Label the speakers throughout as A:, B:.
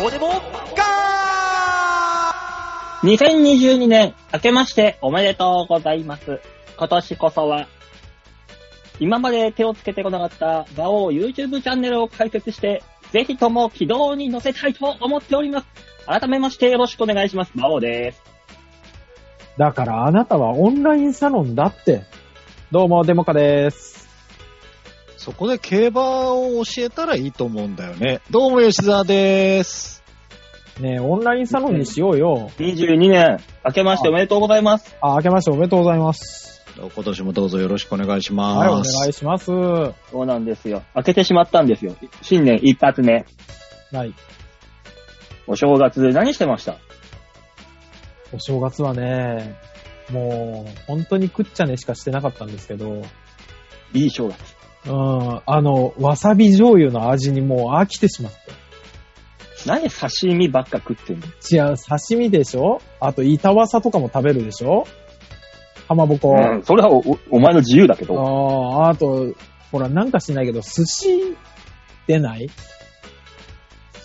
A: どうでもガー
B: 2022年、明けましておめでとうございます。今年こそは、今まで手をつけてこなかった、馬王 YouTube チャンネルを開設して、ぜひとも軌道に乗せたいと思っております。改めましてよろしくお願いします。馬王です。
C: だからあなたはオンラインサロンだって。どうも、デモカです。
A: そこで競馬を教えたらいいと思うんだよね。どうも吉沢です。
C: ねえ、オンラインサロンにしようよ。
B: 22年、明けましておめでとうございます。
C: あ、明けましておめでとうございます。
A: 今年もどうぞよろしくお願いします。
C: はい、お願いします。は
B: そうなんですよ。明けてしまったんですよ。新年一発目。
C: い。
B: お正月何してました
C: お正月はね、もう、本当にくっちゃねしかしてなかったんですけど、うん、
B: いい正月。
C: あの、わさび醤油の味にもう飽きてしまっ
B: 何刺身ばっか食ってんの
C: て。違う、刺身でしょあと、板わさとかも食べるでしょかまぼこ。
B: うん、それはおおお前の自由だけど。
C: ああ、あと、ほら、なんかしないけど、寿司出ない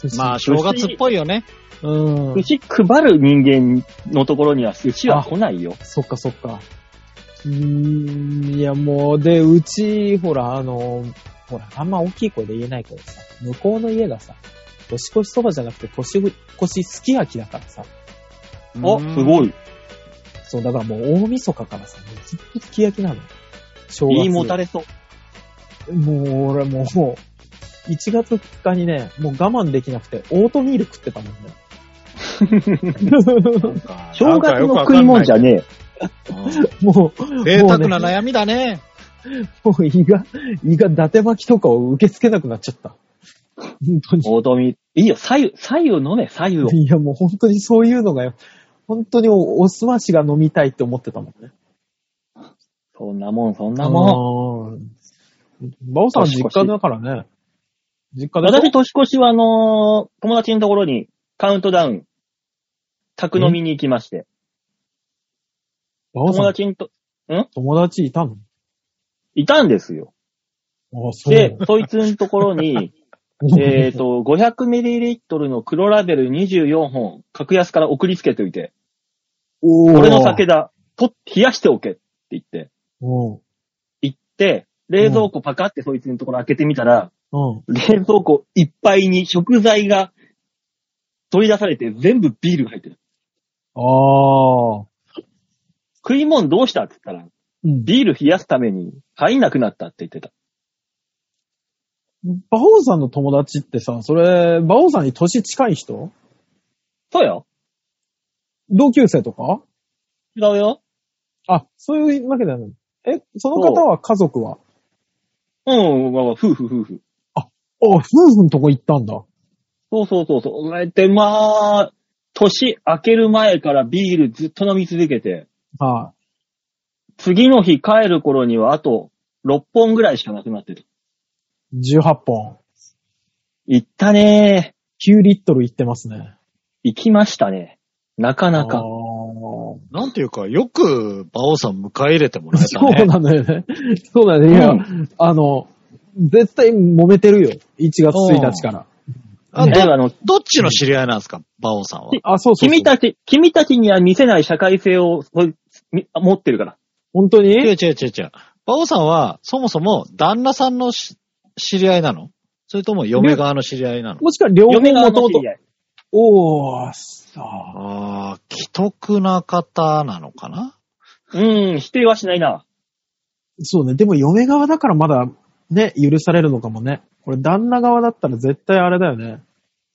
C: 寿司。
A: まあ、正月っぽいよね。
C: うん
B: 寿。司配る人間のところには寿司は来ないよ。
C: そっかそっか。うーん、いやもう、で、うち、ほら、あの、ほら、あんま大きい声で言えないけどさ、向こうの家がさ、年越しそばじゃなくて年越しすき焼きだからさ、
B: お、すご
A: い。
B: い。
C: そう、だからもう大晦日からさ、もうずっとすき焼きなの。正月。
B: いいもたれそう。
C: もう、俺もう、1月2日にね、もう我慢できなくて、オートミール食ってたもんね。
B: 正月の食い物じゃ
A: ね
B: ねえ。
C: もう、
A: 贅
C: も
A: 沢
C: うね
A: な悩みだね。
C: もう胃が、胃が伊達巻きとかを受け付けなくなっちゃった。本当に。
B: 大富。いいよ、左右、左右飲め、左右を。
C: いや、もう本当にそういうのがよ、本当におおすましが飲みたいって思ってたもんね。
B: そんなもん、そんなもん。
C: うん。バオさん実家だからね。実家だ
B: 私、年越しは、あのー友達のところに、カウントダウン、宅飲みに行きまして。
C: バオ
B: 友
C: さん
B: 達にと、
C: 友達いたの
B: いたんですよ。
C: あ、そう。
B: で、そいつのところ に、えっと、
C: と。
B: 500ml の黒ラベル24本、格安から送りつけておいて、
C: おー
B: 俺の酒だ、と、冷やしておけって言って。
C: うん。
B: 行って、冷蔵庫パカってそいつのところ開けてみたら、
C: うん。
B: 冷蔵庫いっぱいに食材が取り出されて全部ビールが入ってる。
C: ああ。
B: 食い物どうしたって言ったら、
C: うん。
B: ビール冷やすために入んなくなったって言ってた。
C: バオさんの友達ってさ、それ、バオさんに年近い人
B: そうよ。
C: 同級生とか
B: 違うよ。
C: あ、そういうわけじゃない。え、その方は家族は
B: うん、まあまあ夫婦夫婦。
C: あ、夫婦のとこ行ったんだ。
B: そうそうそうそう。お前ってまあ、年明ける前からビールずっと飲み続けて、
C: は
B: 次の日帰る頃にはあと6本ぐらいしかなくなってた。
C: い、18本。
B: 行ったね
C: 9リットル行ってますね。
B: ー。行きましたね。なかな
C: あ
B: か。
C: ー
A: なんていうか、よく、馬王さん迎え入れてもらえた
C: そう
A: ね。
C: なのよね。そうだね。いや、
B: うん
C: あの、絶対揉めてるよ。1月1日から。
A: あ
B: 例えば
A: ど
B: あの、
A: どっちの知り合いなんですか、馬王さんは。
C: あ、そうそうそう
B: 君たち、君たちには見せない社会性をそうみ持ってるから。
C: 本当
A: 違う
C: に
A: 違う違う違う。馬王さんは、そもそも、旦那さんのし知り合いなのそれとも、嫁側の知り合いなの
C: もしくは両方
B: 嫁が
C: 元
B: の知
C: 々
B: り。合い。
C: おー、さあ。
A: ああ、既得な方なのかな
B: うん、否定はしないな。
C: そうね。でも嫁側だからまだ、ね、許されるのかもね。これ旦那側だったら絶対あれだよね。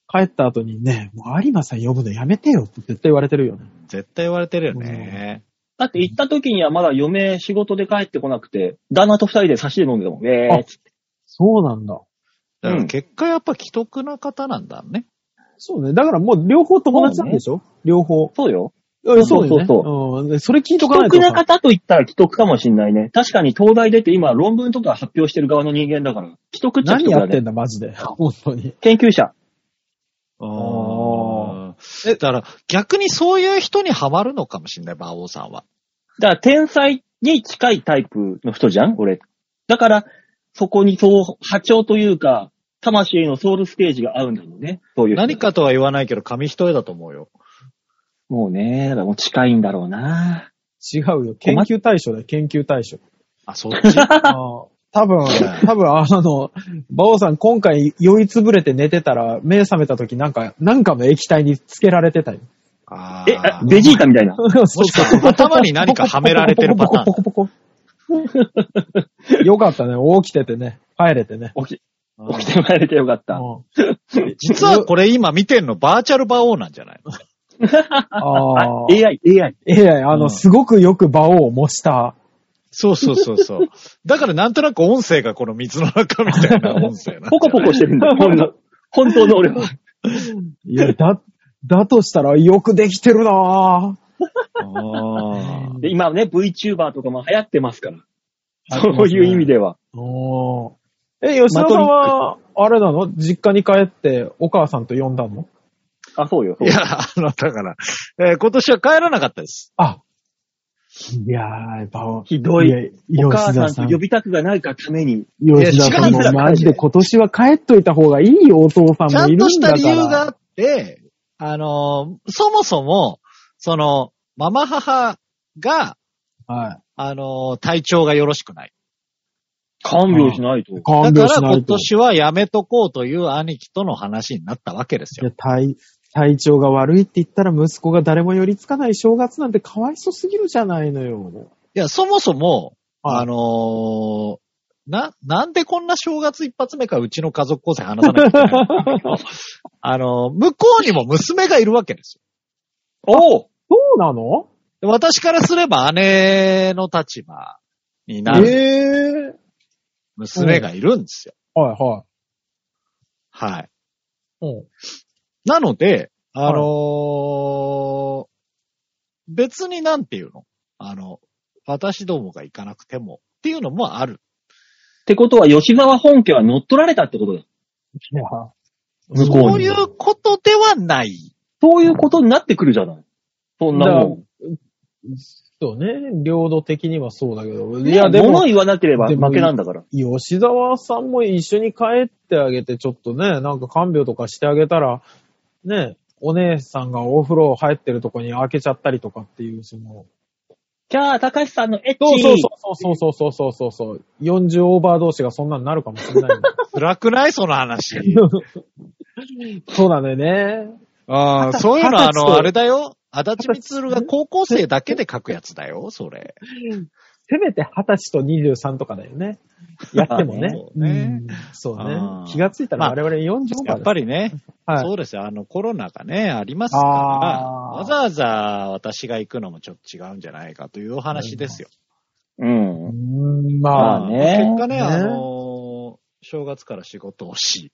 C: 帰った後にね、もう有馬さん呼ぶのやめてよって絶対言われてるよね。
A: 絶対言われてるよね。
B: だって行った時にはまだ嫁仕事で帰ってこなくて、旦那と二人で差しで飲んでたもんね。
C: あそうなんだ。
B: うん
A: だから結果やっぱ既得な方なんだね。
C: そうね。だからもう両方友達なんでしょ、両方。
B: そうよ。
C: うん
B: そう
C: だよね
B: そう
C: うんでそれ聞いと
B: 既
C: かないと
B: 得
C: さ。
B: な方と言ったら既得かもしんないね。確かに東大出て今論文とか発表してる側の人間だから。既得っちゃ既
C: 何
B: 得
C: や
B: だ
C: って
B: ね
C: ん。だ、マジで。 本当に。
B: 研究者。
A: あーだから逆にそういう人にはまるのかもしれない、馬王さんは。
B: だから天才に近いタイプの人じゃん俺。だから、そこにそう、波長というか、魂のソウルステージが合うんだろうね。そういう人。
A: 何かとは言わないけど、紙一重だと思うよ。
B: もうね、だからもう近いんだろうな。
C: 違うよ。研究対象だよ、研究 対象。
A: あ、そっち
C: あー多分、多分、あの、馬王さん今回酔いつぶれて寝てたら、目覚めた時なんか、なんかの液体につけられてたよ。
A: あ
B: え、あ
A: ー
B: ベジータみたいな。
C: そう
A: もしかしたら頭に何かはめられてるパターン
C: ポ。コポコポコポ コ。よかったね。起きててね。帰れてね。
B: 起き、 起きてもらえてよかった。
C: うん
A: 実はこれ今見てんのバーチャル馬王なんじゃないの
C: ああ。
B: AI、AI。
C: いやいや、あ
A: う
C: の、
A: ん
C: すごくよく馬王を模した。
A: そうそうそ うそう。だからなんとなく音声がこの水の中みたいな音声な。
B: ポコポコしてるんだよ、ほんの。 本当の俺は。
C: いや、だ、だとしたらよくできてるなぁ。
A: あー
B: で今ね、VTuber とかも流行ってますから。
C: 流行ってますね
B: そういう意味では。
C: おーえ、吉田さんは、あれなの実家に帰ってお母さんと呼んだの
B: あ、そうよ。そ
A: いう
B: よ
A: や、あの、だから、えー今年は帰らなかったです。
C: あ。いやー、馬王。
B: ひどい
C: や
B: お
C: 吉
B: 母
C: 田
B: さ
C: さ
B: ん
C: ん
B: と呼。びたくがないがために。
C: 吉田さんも
A: いや違うんだ
C: マジで今年は帰っといた方がいいよお父さん
A: ちゃ
C: もいる
A: ん
C: んだから。
A: とした理由があって、あのーそもそも、その、ママ母が、
C: は
A: あのー体調がよろしくない。
B: 看病しないと。
C: い。勘
A: だ
C: 弁
A: から
C: しな
A: 今
C: いと。
A: 年はやめとこうという兄貴との話になったわけです
C: いや
A: よ。
C: 体、体調が悪いって言ったら息子が誰も寄りつかない正月なんてかわいそすぎるじゃないのよ。
A: いや、そもそも、
C: はい
A: あのーな、なんでこんな正月一発目からうちの家族構成話さなきゃいけ ないのあのー向こうにも娘がいるわけですよ
B: おお
C: そうなの
A: で。私からすれば姉の立場になる
C: ええ
A: 娘がいるんですよ。
C: はいは
A: はい。
C: い。うん。
A: なので、あのー別になんていうのあの、私どもが行かなくてもっていうのもある。
B: ってことは、吉沢本家は乗っ取られたってことだ。
C: いや、
B: 向こうに
A: そういうことではない。
B: そういうことになってくるじゃない。そんなもん。
C: そうね。領土的にはそうだけど。
B: い
C: いや、でも
B: 物、言わなければ
C: でも
B: 負けなんだから。
C: 吉沢さんも一緒に帰ってあげて、ちょっとね、なんか看病とかしてあげたら、ね、お姉さんがお風呂入ってるとこに開けちゃったりとかっていう、その、
B: じゃあ、高橋さんのエッチ。
C: そうそうそうそうそうそうそうそうそう、40オーバー同士がそんなになるかもしれないよ。
A: 暗くないそ の話。
C: そうだね。
A: ああ、そういうの、
C: 二十
A: あ
C: 歳
A: の、
C: と
A: あれだよ。足立みつるが高校生だけで書くやつだよ、それ。
C: せめて20歳と23とかだよね。やってもね。
A: そうね
C: うんそう
A: あ
C: ね
A: ー。
C: 気がついた
A: ま
C: ら
A: あ
C: 我々40ま
A: やっ
C: で。
A: ぱりね、
C: はい
A: そうですよ。あの、コロナがね、ありますから、
C: あー
A: わざわざ私が行くのもちょっと違うんじゃないかというお話ですよ。
B: うん
C: う。ん、
B: ま
C: まあ
B: あね
A: 結果ね、
C: ね
A: あのー正月から仕事をし、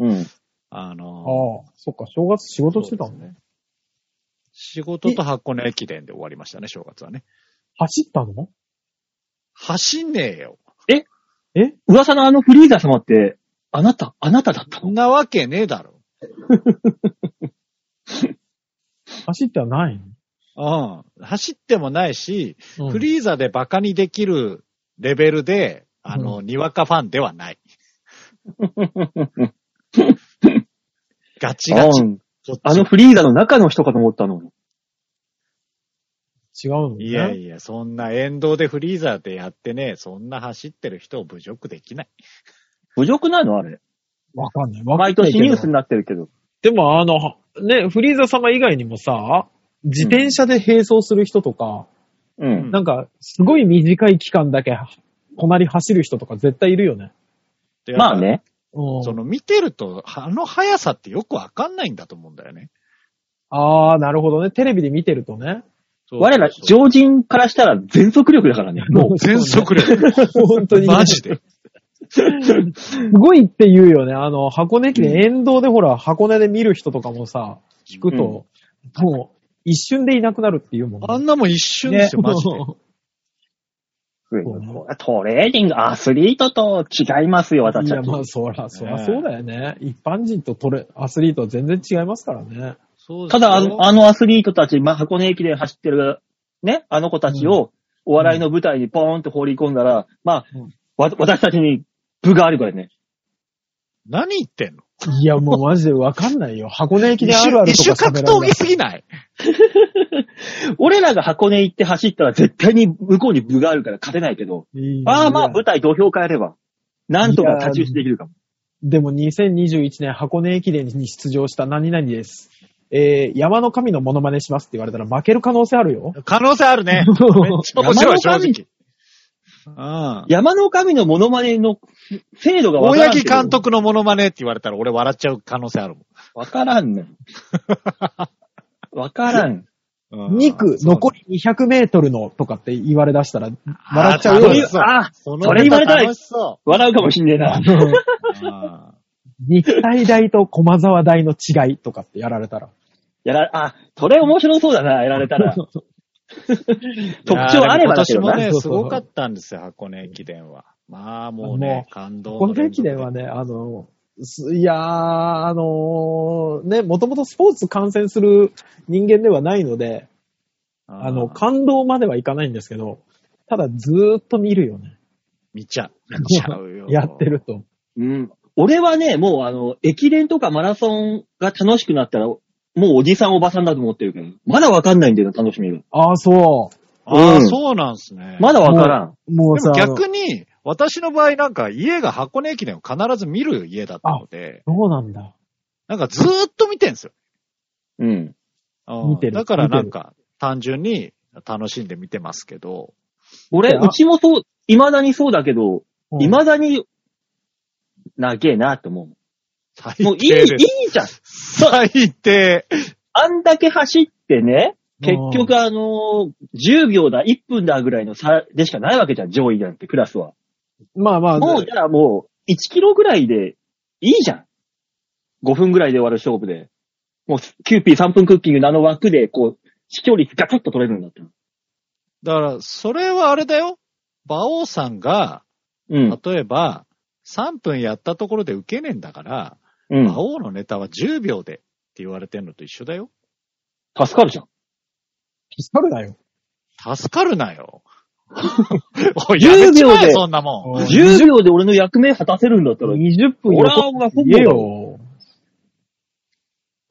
B: うん。
A: あのー
C: ああ、そっか、正月仕事してた
A: そ
C: の
A: うです
C: ね。
A: 仕事と箱根駅伝で終わりましたね、正月はね。
C: 走ったの
A: 走んねえよ。
B: 噂のあのフリーザ様って、あなた、あなただった
A: そ
B: の
A: んなわけねえだろ。
C: 走ってはない
A: うん。走ってもないし、
C: の、
A: フリーザでバカにできるレベルで、あの、にわかファンではない。ガチガチ
B: う。ん
A: こっち
B: あのフリーザの中の人かと思ったの。
C: 違うのね。
A: いやいや、そんな沿道でフリーザでやってね、そんな走ってる人を侮辱できない。
B: 侮辱なのあれ。
C: わかんない。わか
B: 毎
C: んない
B: 年
C: けど
B: ニュースになってるけど。
C: でもあの、ね、フリーザ様以外にもさ、自転車で並走する人とか、
B: うん。
C: なんか、すごい短い期間だけ、隣走る人とか絶対いるよね。
A: で
B: まあ。ね。
C: うん。
A: その見てると、あの速さってよくわかんないんだと思うんだよね。
C: ああ、なるほどね。テレビで見てるとね。
A: そう
B: 我ら
A: そう
B: 常人からしたら全速力だからね。 もう。
A: 全 速力。
C: 本当に。
A: マジで。
C: すごいって言うよね。あの、箱根駅伝、沿道でほら、箱根で見る人とかもさ、聞くと、もう、一瞬でいなくなるっていうもん、
A: あんなもん一瞬ですよ、マジで。
C: そうね
B: トレーニング、アスリートと違いますよ、
C: い
B: 私
C: や、
B: は。
C: まあ、そら、そらそうだよね。一般人とトレ、アスリートは全然違いますからね。
A: そうです
B: た
A: よ
B: だあの、あのアスリートたち、まあ、箱根駅伝走ってる、ね、あの子たちを、お笑いの舞台にポーンと放り込んだら、まあ
C: うん、
B: わ私たちに部があるからね。
A: 何言ってんの
C: いや、もうマジでわかんないよ。箱根駅であるある
A: 一
C: と
A: 種
C: か
A: 一種格
C: 喋らな
A: 闘
C: い
A: 技。すぎない
B: 俺らが箱根行って走ったら絶対に向こうに部があるから勝てないけど、
C: いや
B: ああまあ舞台土俵変えれば、なんとか立ち打ちできるかも。
C: でも2021年箱根駅伝に出場した何々です。えー、山の神のモノマネしますって言われたら負ける可能性あるよ。
A: 可能性あるね。めっ ちゃ面白い、正直。うん。
B: 山の神のモノマネの精度がわ
A: 大
B: からん
A: 八
B: け
A: 木
B: ど。
A: 監督のモノマネって言われたら俺笑っちゃう可能性あるもん。
B: わからんねん。わからん。
A: うん
C: 2区残り200メートルのとかって言われ出したら笑っちゃう
A: あー
B: そういう
A: 楽
C: よ
A: し。そう
B: ああ、
A: そ
B: それ言われたら
A: 楽しそ
B: 笑うかもしんねえな。
A: う。うん
C: 日体大と駒沢大の違いとかってやられたら。
B: やら、あ、それ面白そうだな、やられたら。 特徴あればだけど
A: い
B: な。
A: やーでも今年も
C: そ
A: ね、
C: う
A: す
C: そう
A: ごかったんですよ、箱根駅伝は。まあもう
C: も
A: ね、感動
C: 箱
A: の
C: 根
A: 連
C: 駅
A: 続で。
C: 伝はね、あの、すいやー、あのーね、もともとスポーツ観戦する人間ではないので、
A: うん、
C: あの、感動まではいかないんですけど、ただずーっと見るよね。
A: 見ちゃ見ちゃうよ。
C: やってると。
B: うん。俺はね、もうあの、駅伝とかマラソンが楽しくなったら、もうおじさんおばさんだと思ってるけど、まだわかんないんだよな、楽しみが。
C: ああ、そ
A: ああ、
B: うん
A: そうなんですね。
B: まだわからん。
C: う。もう
A: で
C: さ
A: も、
C: あの
A: 逆に、私の場合なんか家が箱根駅伝を必ず見る家だったので、
C: そうなんだ。
A: なんかずーっと見てんですよ。
B: うん。
A: うん
C: 見てる
A: だからなんか単純に楽しんで見てますけど、
B: 俺、
C: あ
B: うちもそう、未だにそうだけど、
C: うん
B: 未だに、なげえなと思
A: 最
B: う。もういい、い
A: 低
B: い
A: です。
B: じゃん。
A: 最低。
B: あんだけ走ってね、結局あのー、10秒だ、1分だぐらいの差でしかないわけじゃん、上位なんてクラスは。
C: まあまあ、
B: もう、じゃあもう、1キロぐらいでいいじゃん。5分ぐらいで終わる勝負で。もう、キューピー3分クッキングのあの枠で、こう、視聴率ガツッと取れるんだったら。
A: だから、それはあれだよ。馬王さんが、
B: うん。
A: 例えば、3分やったところで受けねえんだから、
B: う
A: 馬
B: ん。
A: 王のネタは10秒でって言われてんのと一緒だよ。
B: 助かるじゃん。
C: ピストルだよ。
A: 助かるな よ。おい、やめ
B: 10
A: ち
B: 秒
A: ま
B: で
A: え、そんなもん。
C: うん
B: 10秒で俺の役目果たせるんだったら、
C: 20分
B: 俺は
C: 横
B: が本
C: 言え
B: 望だもん
C: よ。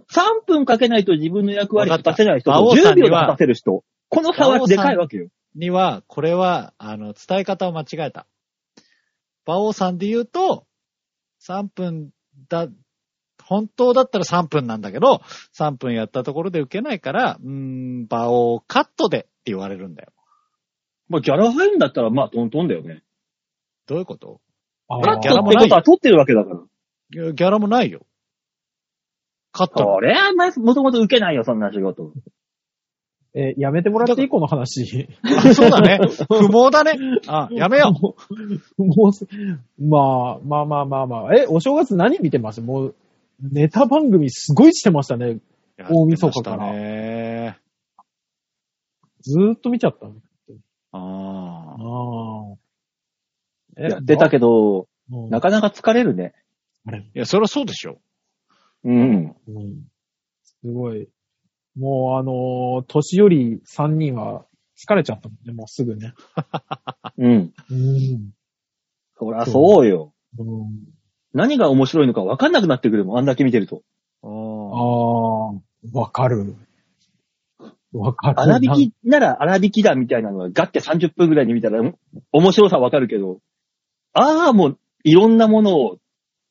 B: 3分かけないと自分の役割果たせない人と、
A: わかった
B: 10秒で果たせる人。この差はでかいわけよ。
A: には、これは、あの、伝え方を間違えた。馬王さんで言うと、3分だ、本当だったら3分なんだけど、3分やったところで受けないから、うーん、馬王カットでって言われるんだよ。
B: まあ、ギャラ入るんだったら、まあ、トントンだよね。
A: どういうこと
C: あ
B: カ
C: ー
B: ッ
A: ギャ
B: ト
A: ラ
B: っ
A: も
B: て
A: ない
B: ことは取ってるわけだから。
A: ギャギャラもないよ。カット
B: それは、まあ、もともと受けないよ、そんな仕事。
C: えーやめてもらっていいこの話。
A: あそうだ ね。不毛だね。あ、やめよう。
C: もうす、まあ、まあまあまあまあ。え、お正月何見てますもう、ネタ番組すごいしてましたね。大晦日から
A: やってましたね。
C: ずーっと見ちゃった。
A: ああ。
C: ああ。え
B: やってたけど、
C: ど
B: なかなか疲れるね。
A: いや、そりゃそうでしょ。
B: うん。
C: うんすごい。もうあのー年より3人は疲れちゃったもんね、もうすぐね。
B: うん。
C: うん。
B: そりゃそうよ。
C: うん、
B: 何が面白いのか分かんなくなってくるもん、あんだけ見てると。
C: あ
A: あ
C: あ、わかる。わかる。
B: 荒引きなら荒引きだみたいなのがガッて30分ぐらいに見たら、ん面白さ分かるけど、ああ、もういろんなものを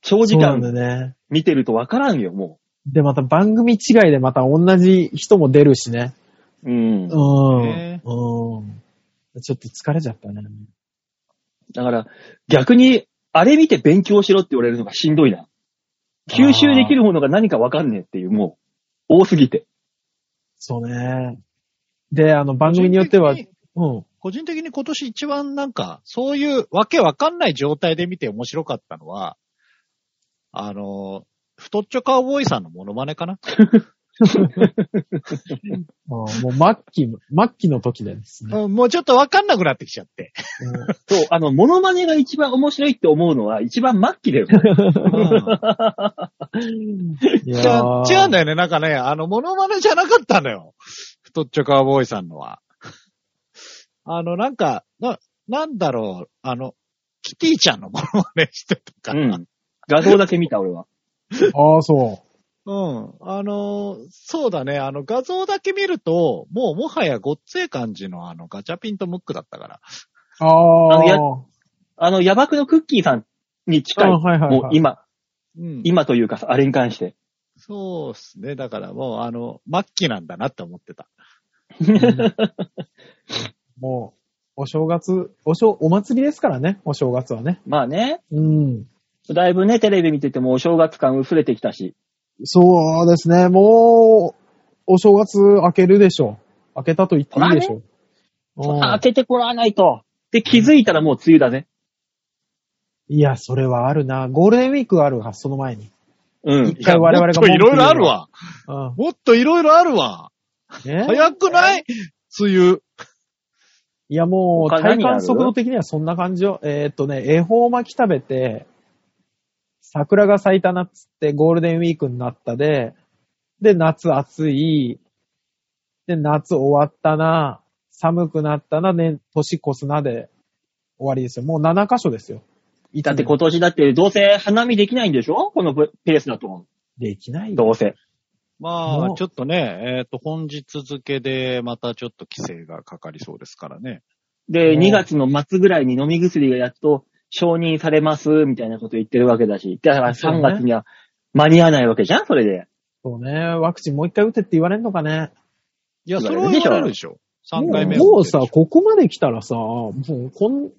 B: 長時
C: そうなん
B: 間
C: だね。
B: 見てると分からんよ、も
C: で、また番組違いでまた同じ人も出るしね。
B: う。うん
C: う。ん。
A: ね
C: うん。ちょっと疲れちゃったね。
B: だから、逆に、あれ見て勉強しろって言われるのがしんどいな。吸収できるものが何か分かんねえっていう、もう、多すぎて。
C: そうね。で、あの、番組によっては、
A: 個人的に
C: うん。
A: 個人的に今年一番なんか、そういうわけわかんない状態で見て面白かったのは、あの、太っちょカウボーイさんのモノマネかな
C: あーもう末期、末期の時でですね。
A: うんもうちょっとわかんなくなってきちゃって。
C: うん
B: そう、あの、モノマネが一番面白いって思うのは、一番末期だよね。
A: うん
C: い
A: 違
C: や
A: う
C: ー
A: 違うんだよね。なんかね、あの、モノマネじゃなかったのよ。太っちょカーボーイさんのは。あの、なんか、な、なんだろう、あの、キティちゃんのモノマネしてた
B: う
A: から、
B: ん。画像だけ見た、俺は。
C: ああ、そ
A: うん。あのーそうだね。あの、画像だけ見ると、もうもはやごっつえ感じのあの、ガチャピンとムックだったから。
C: う。あ
B: あのや
C: あ。
B: あの、ヤバクのクッキーさんに近い。
C: あはいはいはい
B: もう今、
A: うん。
B: 今というかさ、あれに関して。
A: そうですね。だからもう、あの、末期なんだなって思ってた。
C: もう、お正月、お正、お祭りですからね、お正月はね。
B: まあね、
C: うん。
B: だいぶね、テレビ見ててもお正月感薄れてきたし。
C: そうですね、もう、お正月明けるでしょう。明けたと言っていいでしょう。うん
B: 開けてこらないと。で、気づいたらもう梅雨だね。
C: いや、それはあるな。ゴールデンウィークはあるは、その前に。
B: うん。
C: 一回我々が
A: もっといろいろあるわ。
C: うん。
A: もっといろいろあるわ。
C: ね、
A: 早くない梅雨。
C: いや、もう、
B: 他
C: 体
B: 何ある
C: 感速度的にはそんな感じよ。えーっとね、恵方巻き食べて、桜が咲いたなっつって、ゴールデンウィークになったで、で、夏暑い、で、夏終わったな、寒くなったな、ね、年越すなで、終わりですよ。もう7箇所ですよ。
B: だって今年だってどうせ花見できないんでしょこのペースだと。
C: できないよ。
B: どうせ。
A: ま
C: も
A: あ、
C: う
A: ちょっとね、えっ、と、本日付でまたちょっと規制がかかりそうですからね。
B: で、
C: うん
B: 2月の末ぐらいに飲み薬がやっと承認されます、みたいなこと言ってるわけだし。だから
C: そうね
B: 3月には間に合わないわけじゃんそれで。
C: そうね。ワクチンもう一回打てって言われんのかね。
A: いや、そ
B: 言
A: れ
B: わ
A: は
B: れるでしょ
A: 言われるでしょ。3回目
C: もうもう
A: 打
C: さ
A: ってるでしょ、
C: ここまで来たらさ、もう、こん、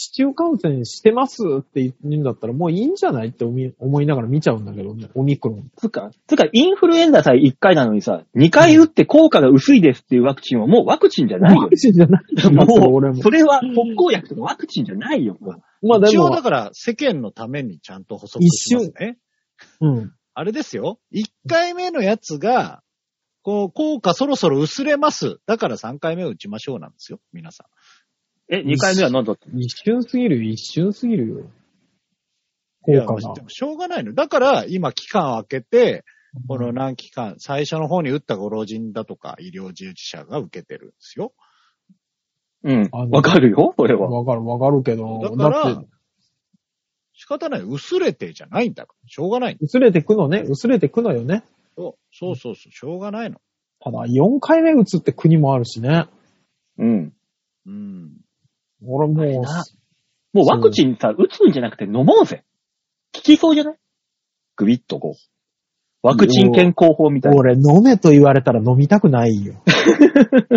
C: 市中感染してますって言うんだったら、もういいんじゃないって思い思いながら見ちゃうんだけどね、オミクロ ン。
B: つうか、つうか、インフルエンザさえ1回なのにさ、2回打って効果が薄いですっていうワクチンはもうワクチンじゃないよ
C: ワ。クチンじゃないと思ってる俺
B: もう、
C: も
B: そ。れは特効薬とかワクチンじゃないよ。
C: まあで
A: 一応
C: も
A: だ、から世間のためにちゃんと補足しますね。
C: うん。
A: あれですよ。1回目のやつが、こう、効果そろそろ薄れます。だから3回目を打ちましょうなんですよ。皆さ
B: え、2回目は何だった
C: 一瞬すぎるよ、一瞬すぎるよ。
A: ん。いや
C: 効果が
A: で。もしょうがないの。だから、今期間を空けて、この何期間、最初の方に打ったご老人だとか、医療従事者が受けてるんですよ。
B: うん
C: あ。の
B: わかるよ、それは。
C: わかる、わかるけど、
A: だから
C: って、
A: 仕方ない。薄れてじゃないんだから。しょうがないの。
C: 薄れてくのね、薄れてくのよね。
A: そうそうそう。しょうがないの。
C: ただ、4回目打つって国もあるしね。
B: うん。
A: うん。
C: 俺もう、
B: なもうワクチンさ、打つんじゃなくて飲もうぜ。効きそうじゃないグビッとこう。ワクチン健康法みたいな。
C: 俺、飲めと言われたら飲みたくない よ。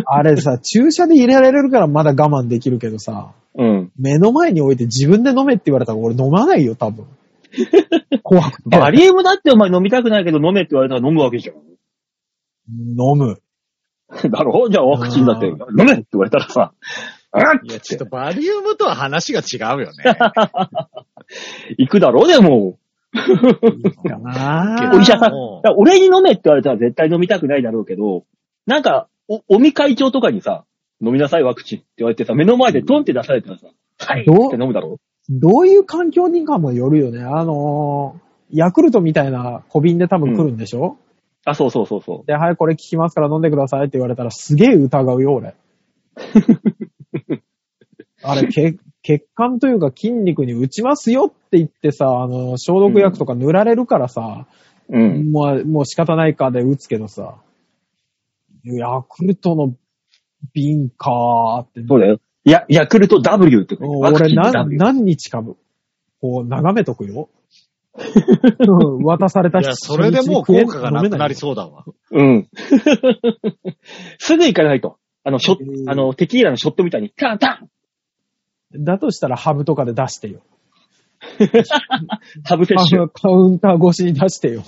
C: あれさ、注射で入れられるからまだ我慢できるけどさ、
B: うん。
C: 目の前に置いて自分で飲めって言われたら俺飲まないよ、多 分。怖くて。
B: バリウムだってお前飲みたくないけど飲めって言われたら飲むわけじゃん。
C: 飲む。
B: だろじゃあワクチンだって飲めって言われたらさ、あっ
A: い
B: って
A: や、ちょっとバリウムとは話が違うよ ね。
B: 行くだろでも。
C: かな
B: お医者さん
A: も
B: だから俺に飲めって言われたら絶対飲みたくないだろうけど、なんか、お、尾身会長とかにさ、飲みなさいワクチンって言われてさ、目の前でドンって出されたらさ、はい
C: どう
B: って飲むだろ
C: どういう環境にかもよるよね。あのーヤクルトみたいな小瓶で多分来るんでしょ、
B: あ、そうそうそうそ
C: で、はい、これ効きますから飲んでくださいって言われたらすげえ疑うよ、 俺。あれ、血血管というか筋肉に打ちますよって言ってさ、あの、消毒薬とか塗られるからさ、
B: う。うん。
C: もう、もう仕方ないかで打つけどさ、ヤクルトの瓶かーって。
B: そうだよ。や、ヤクルト W って書いてあるワク
C: 俺
B: チンの
C: 何、
B: W。
C: 何日か、こう、眺めとく よ。うん渡された
A: ういや、それでもう効果がなくなりそうだわ。
B: うん。 すぐ行かないと。あの、ショ
C: えー
B: あの、テキーラのショットみたいに、タンタン
C: う。だとしたらハブとかで出してよ。
B: ハブ接
C: あ
B: 種。
C: のカウンター越しに出してよ。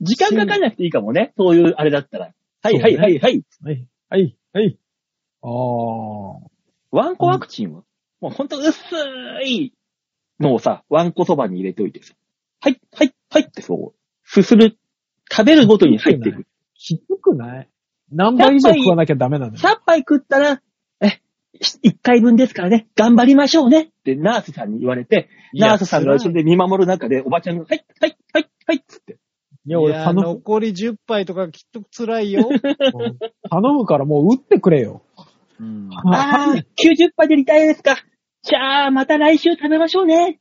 B: 時間かかんなくていいかもね。そういうあれだったら。はいはいはいはい。
C: はい、はい、はい。ああ。
B: ワンコワクチンは、もうほんと薄いのをさ、ワンコそばに入れておいてさ、はい、はい、はいってそう、すする、食べるごとに入っていく。
C: きつくない何倍以上食わなきゃダメなのよ。
B: 100杯食ったら、え、1回分ですからね、頑張りましょうねってナースさんに言われて、
A: いや
B: ナースさんが後ろで見守る中で、おばちゃんが、はい、はい、はい、はいっつって。
C: い
A: い
C: や、
A: や、
C: 俺
A: 俺
C: 頼む、
A: 残り10杯とかきっと辛 いよ。
C: 頼むからもう打ってくれよ。
A: うん
B: ああー、90杯でリタイアですか。じゃあ、また来週食べましょうね。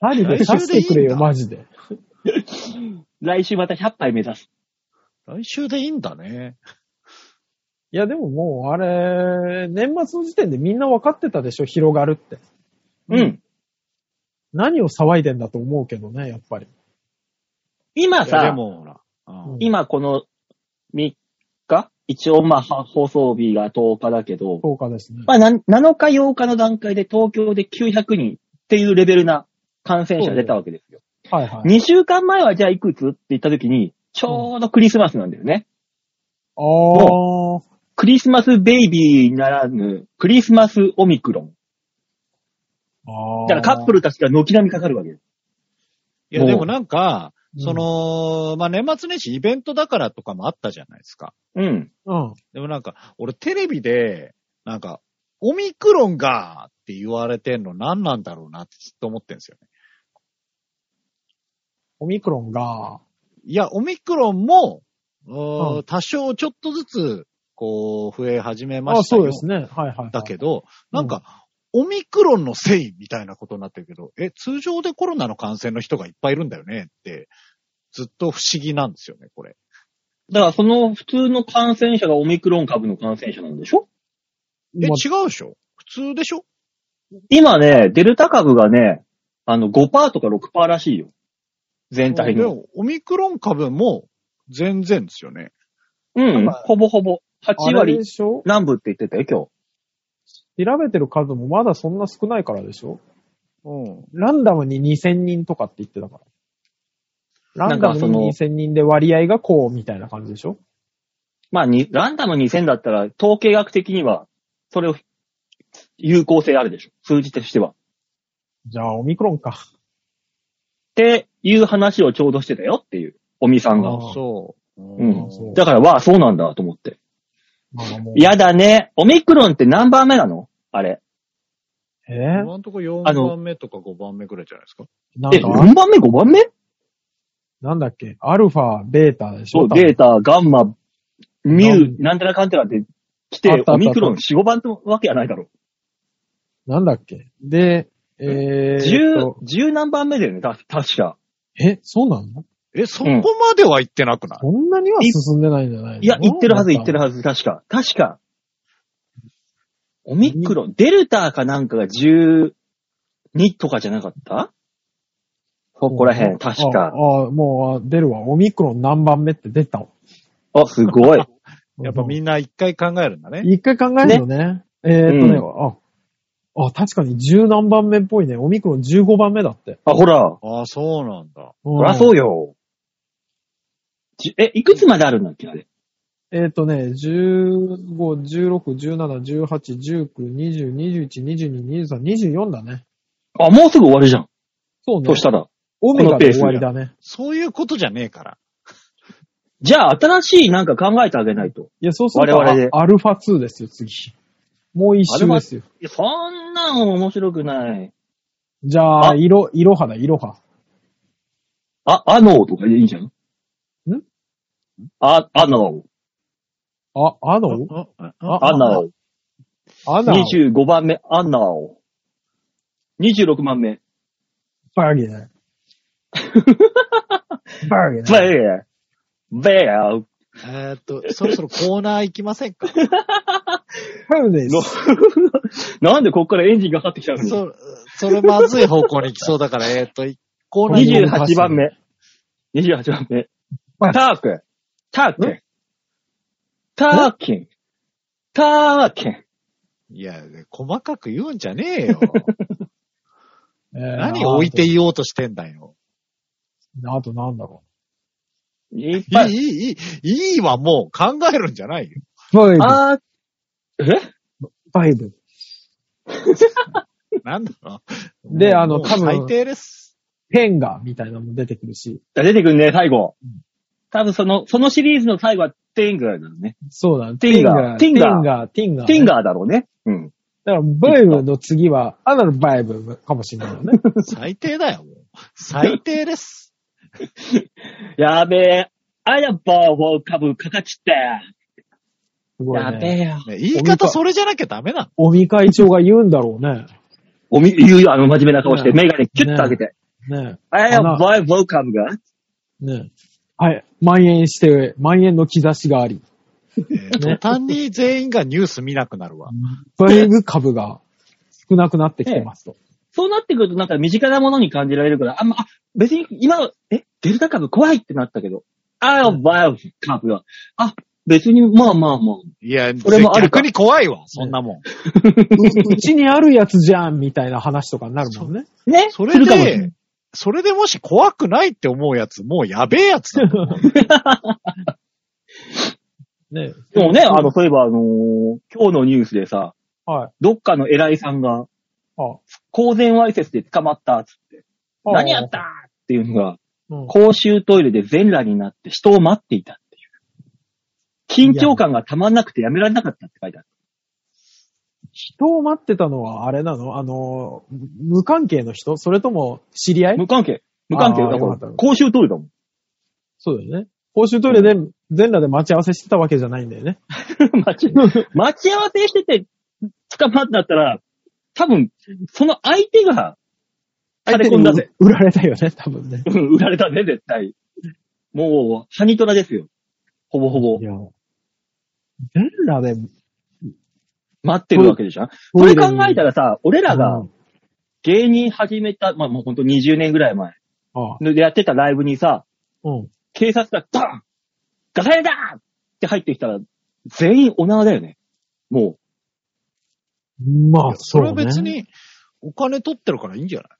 C: マジで刺してくれ
A: 来週でいい
C: よ、
A: んだ
C: マジで。
B: 来週また100杯目指す。
A: 来週でいいんだね。
C: いや、でももう、あれ、年末の時点でみんな分かってたでしょ、広がるって。
B: うん。
C: 何を騒いでんだと思うけどね、やっぱり。
B: 今
A: いやで
B: さ、
A: も、ほら。うん
B: 今この3日一応まあは放送日が10日だけど、
C: 10日ですね。
B: まあな7日8日の段階で東京で900人っていうレベルな感染者が出たわけですよ。
C: はいはい。
B: 2週間前はじゃあいくつって言った時に、ちょうどクリスマスなんだよね。
C: あー。
B: クリスマスベイビーならぬ、クリスマスオミクロン。
C: あ
B: だからカップ
C: ル、
B: ルたちが軒並みかかるわけです。
A: いや、でもなんか、
C: うん
A: そ、の、まあ、年末年始イベントだからとかもあったじゃないですか。
B: うん。
C: うん。
A: でもなんか、俺テレビで、なんか、オミクロンがって言われてんの何なんだろうなってずっと思ってんですよね。
C: オミクロンが、
A: いや、オミクロンも、うーん
C: う
A: 多少ちょっとずつ、こう、増え始めま
C: あ
A: した
C: そう
A: よ
C: ですね。はいはいはい。
A: だけ
C: ど。
A: ど、なんか、オミクロンのせいみたいなことになってるけど、え、通常でコロナの感染の人がいっぱいいるんだよねって、ずっと不思議なんですよね、これ。
B: だからその普通の感染者がオミクロン株の感染者なんでしょ
A: え、
C: ま
A: 違うでしょ普通でしょ
B: 今ね、デルタ株がね、あの5%とか6%らしいよ。全体
A: で
B: の。
A: もオミクロン株も全然ですよね。
B: うん
C: ま。あ
B: ほぼほぼ。8
C: あれ
B: 割
C: でしょ
B: 南部って言ってたよ、今日。
C: 調べてる数もまだそんな少ないからでしょ
A: うん。
C: ランダムに2000人とかって言ってたから。ランダム
B: なんか
C: に2000人で割合がこうみたいな感じでしょ
B: まあに、ランダム2000だったら、統計学的には、それを、有効性あるでしょ。数字としては。っ
C: じゃあ、オミクロンか。
B: ていう話をちょうどしてたよっていう、おみさんが。
C: あ
A: そう。
B: うん
C: そう
B: だから、わあ、そうなんだと思って。
C: まあもう
B: やだね。オミクロンって何番目なのあれ。
C: え
A: 今んとこ4
B: あの
A: 番目とか5番目くらいじゃないですか。
C: な
B: え、
C: んか、
B: 4番目 ?5 番目
C: なんだっけアルファ、ベータでし
B: そ
C: ょ
B: う、データ、ガンマ、ミ
C: な
B: ュ
C: ん
B: ー、なんたらかんたらって来、
C: あってたあったあ
B: オ
C: った
B: ミクロン4、5番のわけやないだろ。
C: なんだっけで、え
B: 十
C: ーっと、
B: 十何番目だよね、た確か。
C: え、そうなの
A: え、そこまでは行ってなくない、
C: そんなには進んでないんじゃないの
B: いや、言ってるはず、言ってる
C: は
B: はず、確か。確か。オミクロン、デルタかなんかが12とかじゃなかったそこら辺、確
C: あ
B: か。
C: あ、もうあ出るわ。オミクロン何番目って出たわ。
B: あ、すごい。
A: やっぱみんな一回考えるんだね。
C: 一回考えるのね。えーっとね、
B: う
C: あ、あ、確かに十何番目っぽいね。オミクロン15番目だって。
B: あ、ほら。
A: ああ、そうなんだ。
C: そ
B: そらそうよ。じえ、いくつまであるんだっけあれ。
C: えーっとね、15、16、17、18、19、20、21、22、23、24だね。
B: あ、もうすぐ終わるじゃん。
C: そう
B: そ
C: ね
B: し。たら。
C: オメガで終わりだね。
A: そういうことじゃねえから。
B: じゃあ、新しいなんか考えてあげないと。
C: いや、そうすると
B: 我々で
C: アルファ2ですよ、次。もう一周ですよ。
B: いや、そんなん面白くない。
C: じゃ
B: あ
C: あ、いろ、いろはだ、いろは。
B: あ、あのーとかでいいじゃん。んあ、あの
C: あ、あの
A: あ
B: ー、あのー。
C: あの
B: 25番目、アンナを。26番目、
C: バーゲー。バーゲー。
B: ベー、ベー、
A: えーっと、そろそろコーナー行きませんか
C: そうです。
B: なんでこっからエンジンがかかってきたのに。
A: そ、それまずい方向に行きそうだから、えーっと、コーナーに行きます
B: 28番。目。28番目。タークン、タークン、ターキン、ターキン。
A: いや、細かく言うんじゃねえよ。
C: えー
A: 何置いていようとしてんだよ。
C: あとなんだろ
B: いっ
A: い
B: ぱ
A: い、
B: い。
A: いい、いい、いいはもう考えるんじゃないよ。
C: う。バイブ。
B: あー、え
C: バイブ。
A: なんだろう。
C: で
A: もう
C: あの
A: もう
C: 多分
A: 最低です。
C: ペンガーみたいなのも出てくるし。
B: 出てくんね、最後。多分その、そのシリーズの最後はティンガーだろうね。
C: そうだね。
B: ティンガー
C: ティンガー。ティンガー。
B: ティン
C: ー。
B: ガーだろうね。うん。
C: だから、バイブの次は、アナルバイブかもしれない よね。
A: 最低だよ、もう。最低です。
B: やべえ。あやばー、ウォーカブ、かかちって。
C: すごい
B: やべ
C: ね。
B: えよ。
A: ね言い方それじゃなきゃダ メなの。
C: おみ会長が言うんだろうね。
B: おみ、言うよ、あの、真面目な顔して、
C: ね
B: メガネキュッと開けて。
C: ね
B: I
C: あ
B: am
C: な
B: my welcome が。
C: え、ねえ。はい。蔓延して、蔓延の兆しがあり、
A: ね途端に全員がニュース見なくなるわ。
C: ブレイブ株が少なくなってきてますと。
B: そうなってくるとなんか身近なものに感じられるから、あんま、あ、別に今、え、デルタ株怖いってなったけど、I am my welcome が。あ、別に、まあまあまあ。
A: いや、
B: それもありか
A: 逆に怖いわ、そんなもん。
C: うう ちにあるやつじゃんみたいな話とかになるもんね。
B: ね
A: それ
B: するかもしれな
A: で
B: い、
A: それでもし怖くないって思うやつ、もうやべえやつだ と思う
C: ね
B: でもね、あの、そういえば、あのー今日のニュースでさ、
C: はい。
B: どっかの偉いさんが、
C: あ
B: 公然わいせつで捕まったっつって、
C: あ
B: 何やったっていうのが、
C: うん
B: 公衆トイレで全裸になって人を待っていたっていう。緊張感がたまんなくてやめられなかったって書いてある。
C: 人を待ってたのはあれなのあの、無無関係の人それとも知り合い
B: 無関係。無関係。
C: あー
B: だ
C: よ
B: か
C: からったよかっ、た
B: 公衆トイレだもん。
C: そうだよね。公衆トイレで、全裸で待ち合わせしてたわけじゃないんだよね。
B: 待ち、待ち合わせしてて捕まったったら、多分、その相手が、垂れ込んだぜ。
C: 売られたよね、多分ね。
B: うん売られたね、絶対。もう、ハニトラですよ。ほぼほぼ
C: い。や。全裸で、
B: 待ってるわけでしょそれ考えたらさ、俺らが芸人始めた、まあもうほんと20年ぐらい前
C: ああ
B: でやってたライブにさ、
C: うん。
B: 警察がドンガサ入れだって入ってきたら、全員お縄だよね。も。
C: まあ、
A: そ
C: そう、
A: れ
C: ね。
A: は別。に、お金取ってるからいいんじゃない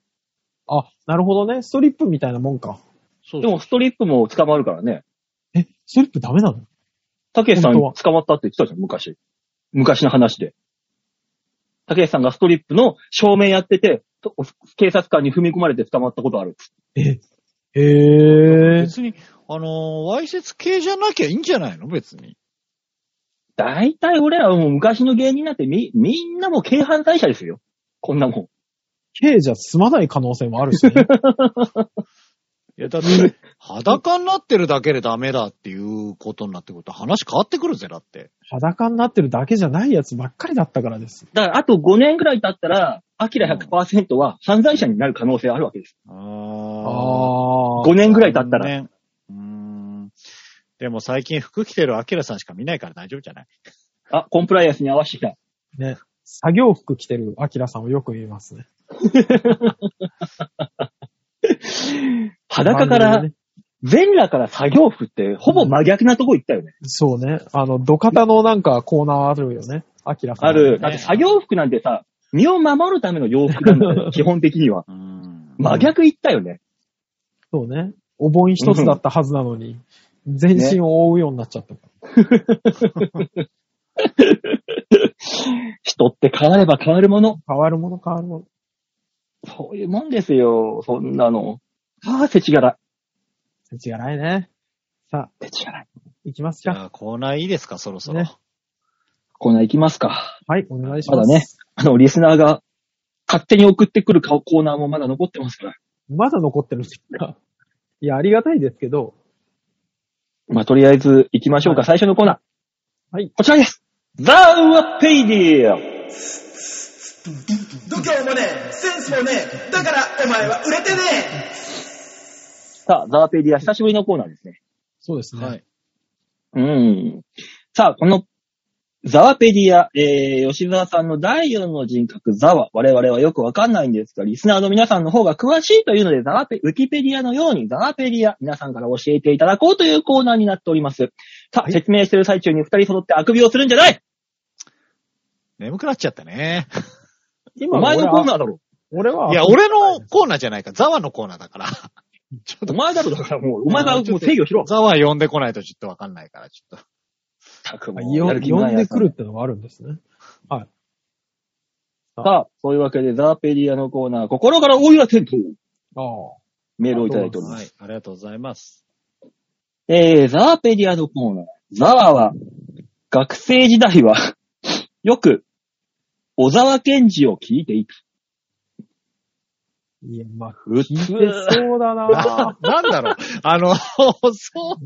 C: あ、なるほどね。ストリップみたいなもんか。
A: そうう
B: で
A: そう
B: もストリップも捕まるからね。
C: え、ストリップダメなの
B: たけしさん
C: 本当は
B: 捕まったって言ってたじゃん、昔。昔の話で。たけしさんがストリップの正面やってて、と警察官に踏み込まれて捕まったことある。
C: へえ。
A: 別に、あのー、わいせつ系じゃなきゃいいんじゃないの別に。
B: 大体俺らはもう昔の芸人なんてみ、みんなもう軽犯罪者ですよ。こんなもん。
C: K じゃ済まない可能性もあるしね。
A: いや、だって、裸になってるだけでダメだっていうことになってくると話変わってくるぜ、だって。
C: 裸になってるだけじゃないやつばっかりだったからです。
B: だからあと5年ぐらい経ったら、アキラ100%は犯罪者になる可能性あるわけです。
A: あ
C: あ
B: 5年ぐらい経ったら。
A: ら。うーん。でも最近服着てるアキラさんしか見ないから大丈夫じゃない
B: あ、コンプライアンスに合わせてきた。
C: 作業服着てるアキラさんをよく見ますね。
B: 裸か
C: あの
B: ら
C: ね、
B: 全裸から作業服って、ほぼ真逆なとこ行ったよね。
C: そうね。あの、土方のなんかコーナーあるよね。アキラさん。
B: ある。
A: ね
B: だって作業服なんてさ、身を守るための洋服なん だよ、基本的には。
A: うーん。
B: 真逆行ったよね。
C: そうね。お盆一つだったはずなのに、全身を覆うようになっちゃった。
B: 人って変われば変わるもの。
C: 変わるもの変わるもの。
B: そういうもんですよ、そんなの。ああ、せちがら
C: 世知がないね。さあ、
B: い。せちがらい。
C: 行きます
A: じ
C: か。
A: ゃあ、コーナーいいですか、そろそろ。
C: ね
B: コーナー行きますか。
C: はい、お願いし
B: ま
C: ま
B: だ
C: す。
B: ね、あの、リスナーが勝手に送ってくる顔コーナーもまだ残ってますから。
C: まだ残ってるんですか。いや、ありがたいですけど、
B: まあ、とりあえず行きましょうか。最初のコーナー。
C: はい。
B: こちらです。ザウアペイディア
D: 度胸もねえセンスもねえだからお前は売れてねえ
B: さあ、ザウペディア、久しぶりのコーナーですね。
C: そうですね。
A: はい。
B: うん。さあ、この、ザワペディア、えー、吉沢さんの第4の人格、ザワ。我々はよくわかんないんですが、リスナーの皆さんの方が詳しいというので、ザワペ、ウィキペディアのように、ザワペディア、皆さんから教えていただこうというコーナーになっております。さあ、説明してる最中に二人揃ってあくびをするんじゃない
A: 眠くなっちゃったね。
B: お
C: 今
B: 前のコーナ
C: ー。
B: ーだろ。
C: 俺は、
A: いや、俺のコーナーじゃないか。ザワのコーナーだから。 ちょっ
B: お
A: と、
B: 前だろ、だからもう、お前
A: あ
B: が
A: ーち
B: も
A: ょ
B: う
A: っと
B: 制御しろ。
A: ザワ呼んでこないとちょっとわかんないから、ちょっ
B: っ
A: と。
B: たくもうや
C: よ
B: る気な
C: 呼
B: い
C: ん
B: や
C: で
B: つ
C: くるってのがあるんですね。
B: さあ、そういうわけで、ザワペディアのコーナー、心から大岩天と
C: ああ。
B: メールをいただいております。
A: はい、ありがとうございます。
B: えー、ザワペディアのコーナー。ザワは、学生時代は、 よく、小沢健二を聞いていた。
C: いや、まあ、
B: う
C: 聞いてそうだな
A: あ なんだろう。あの、そう、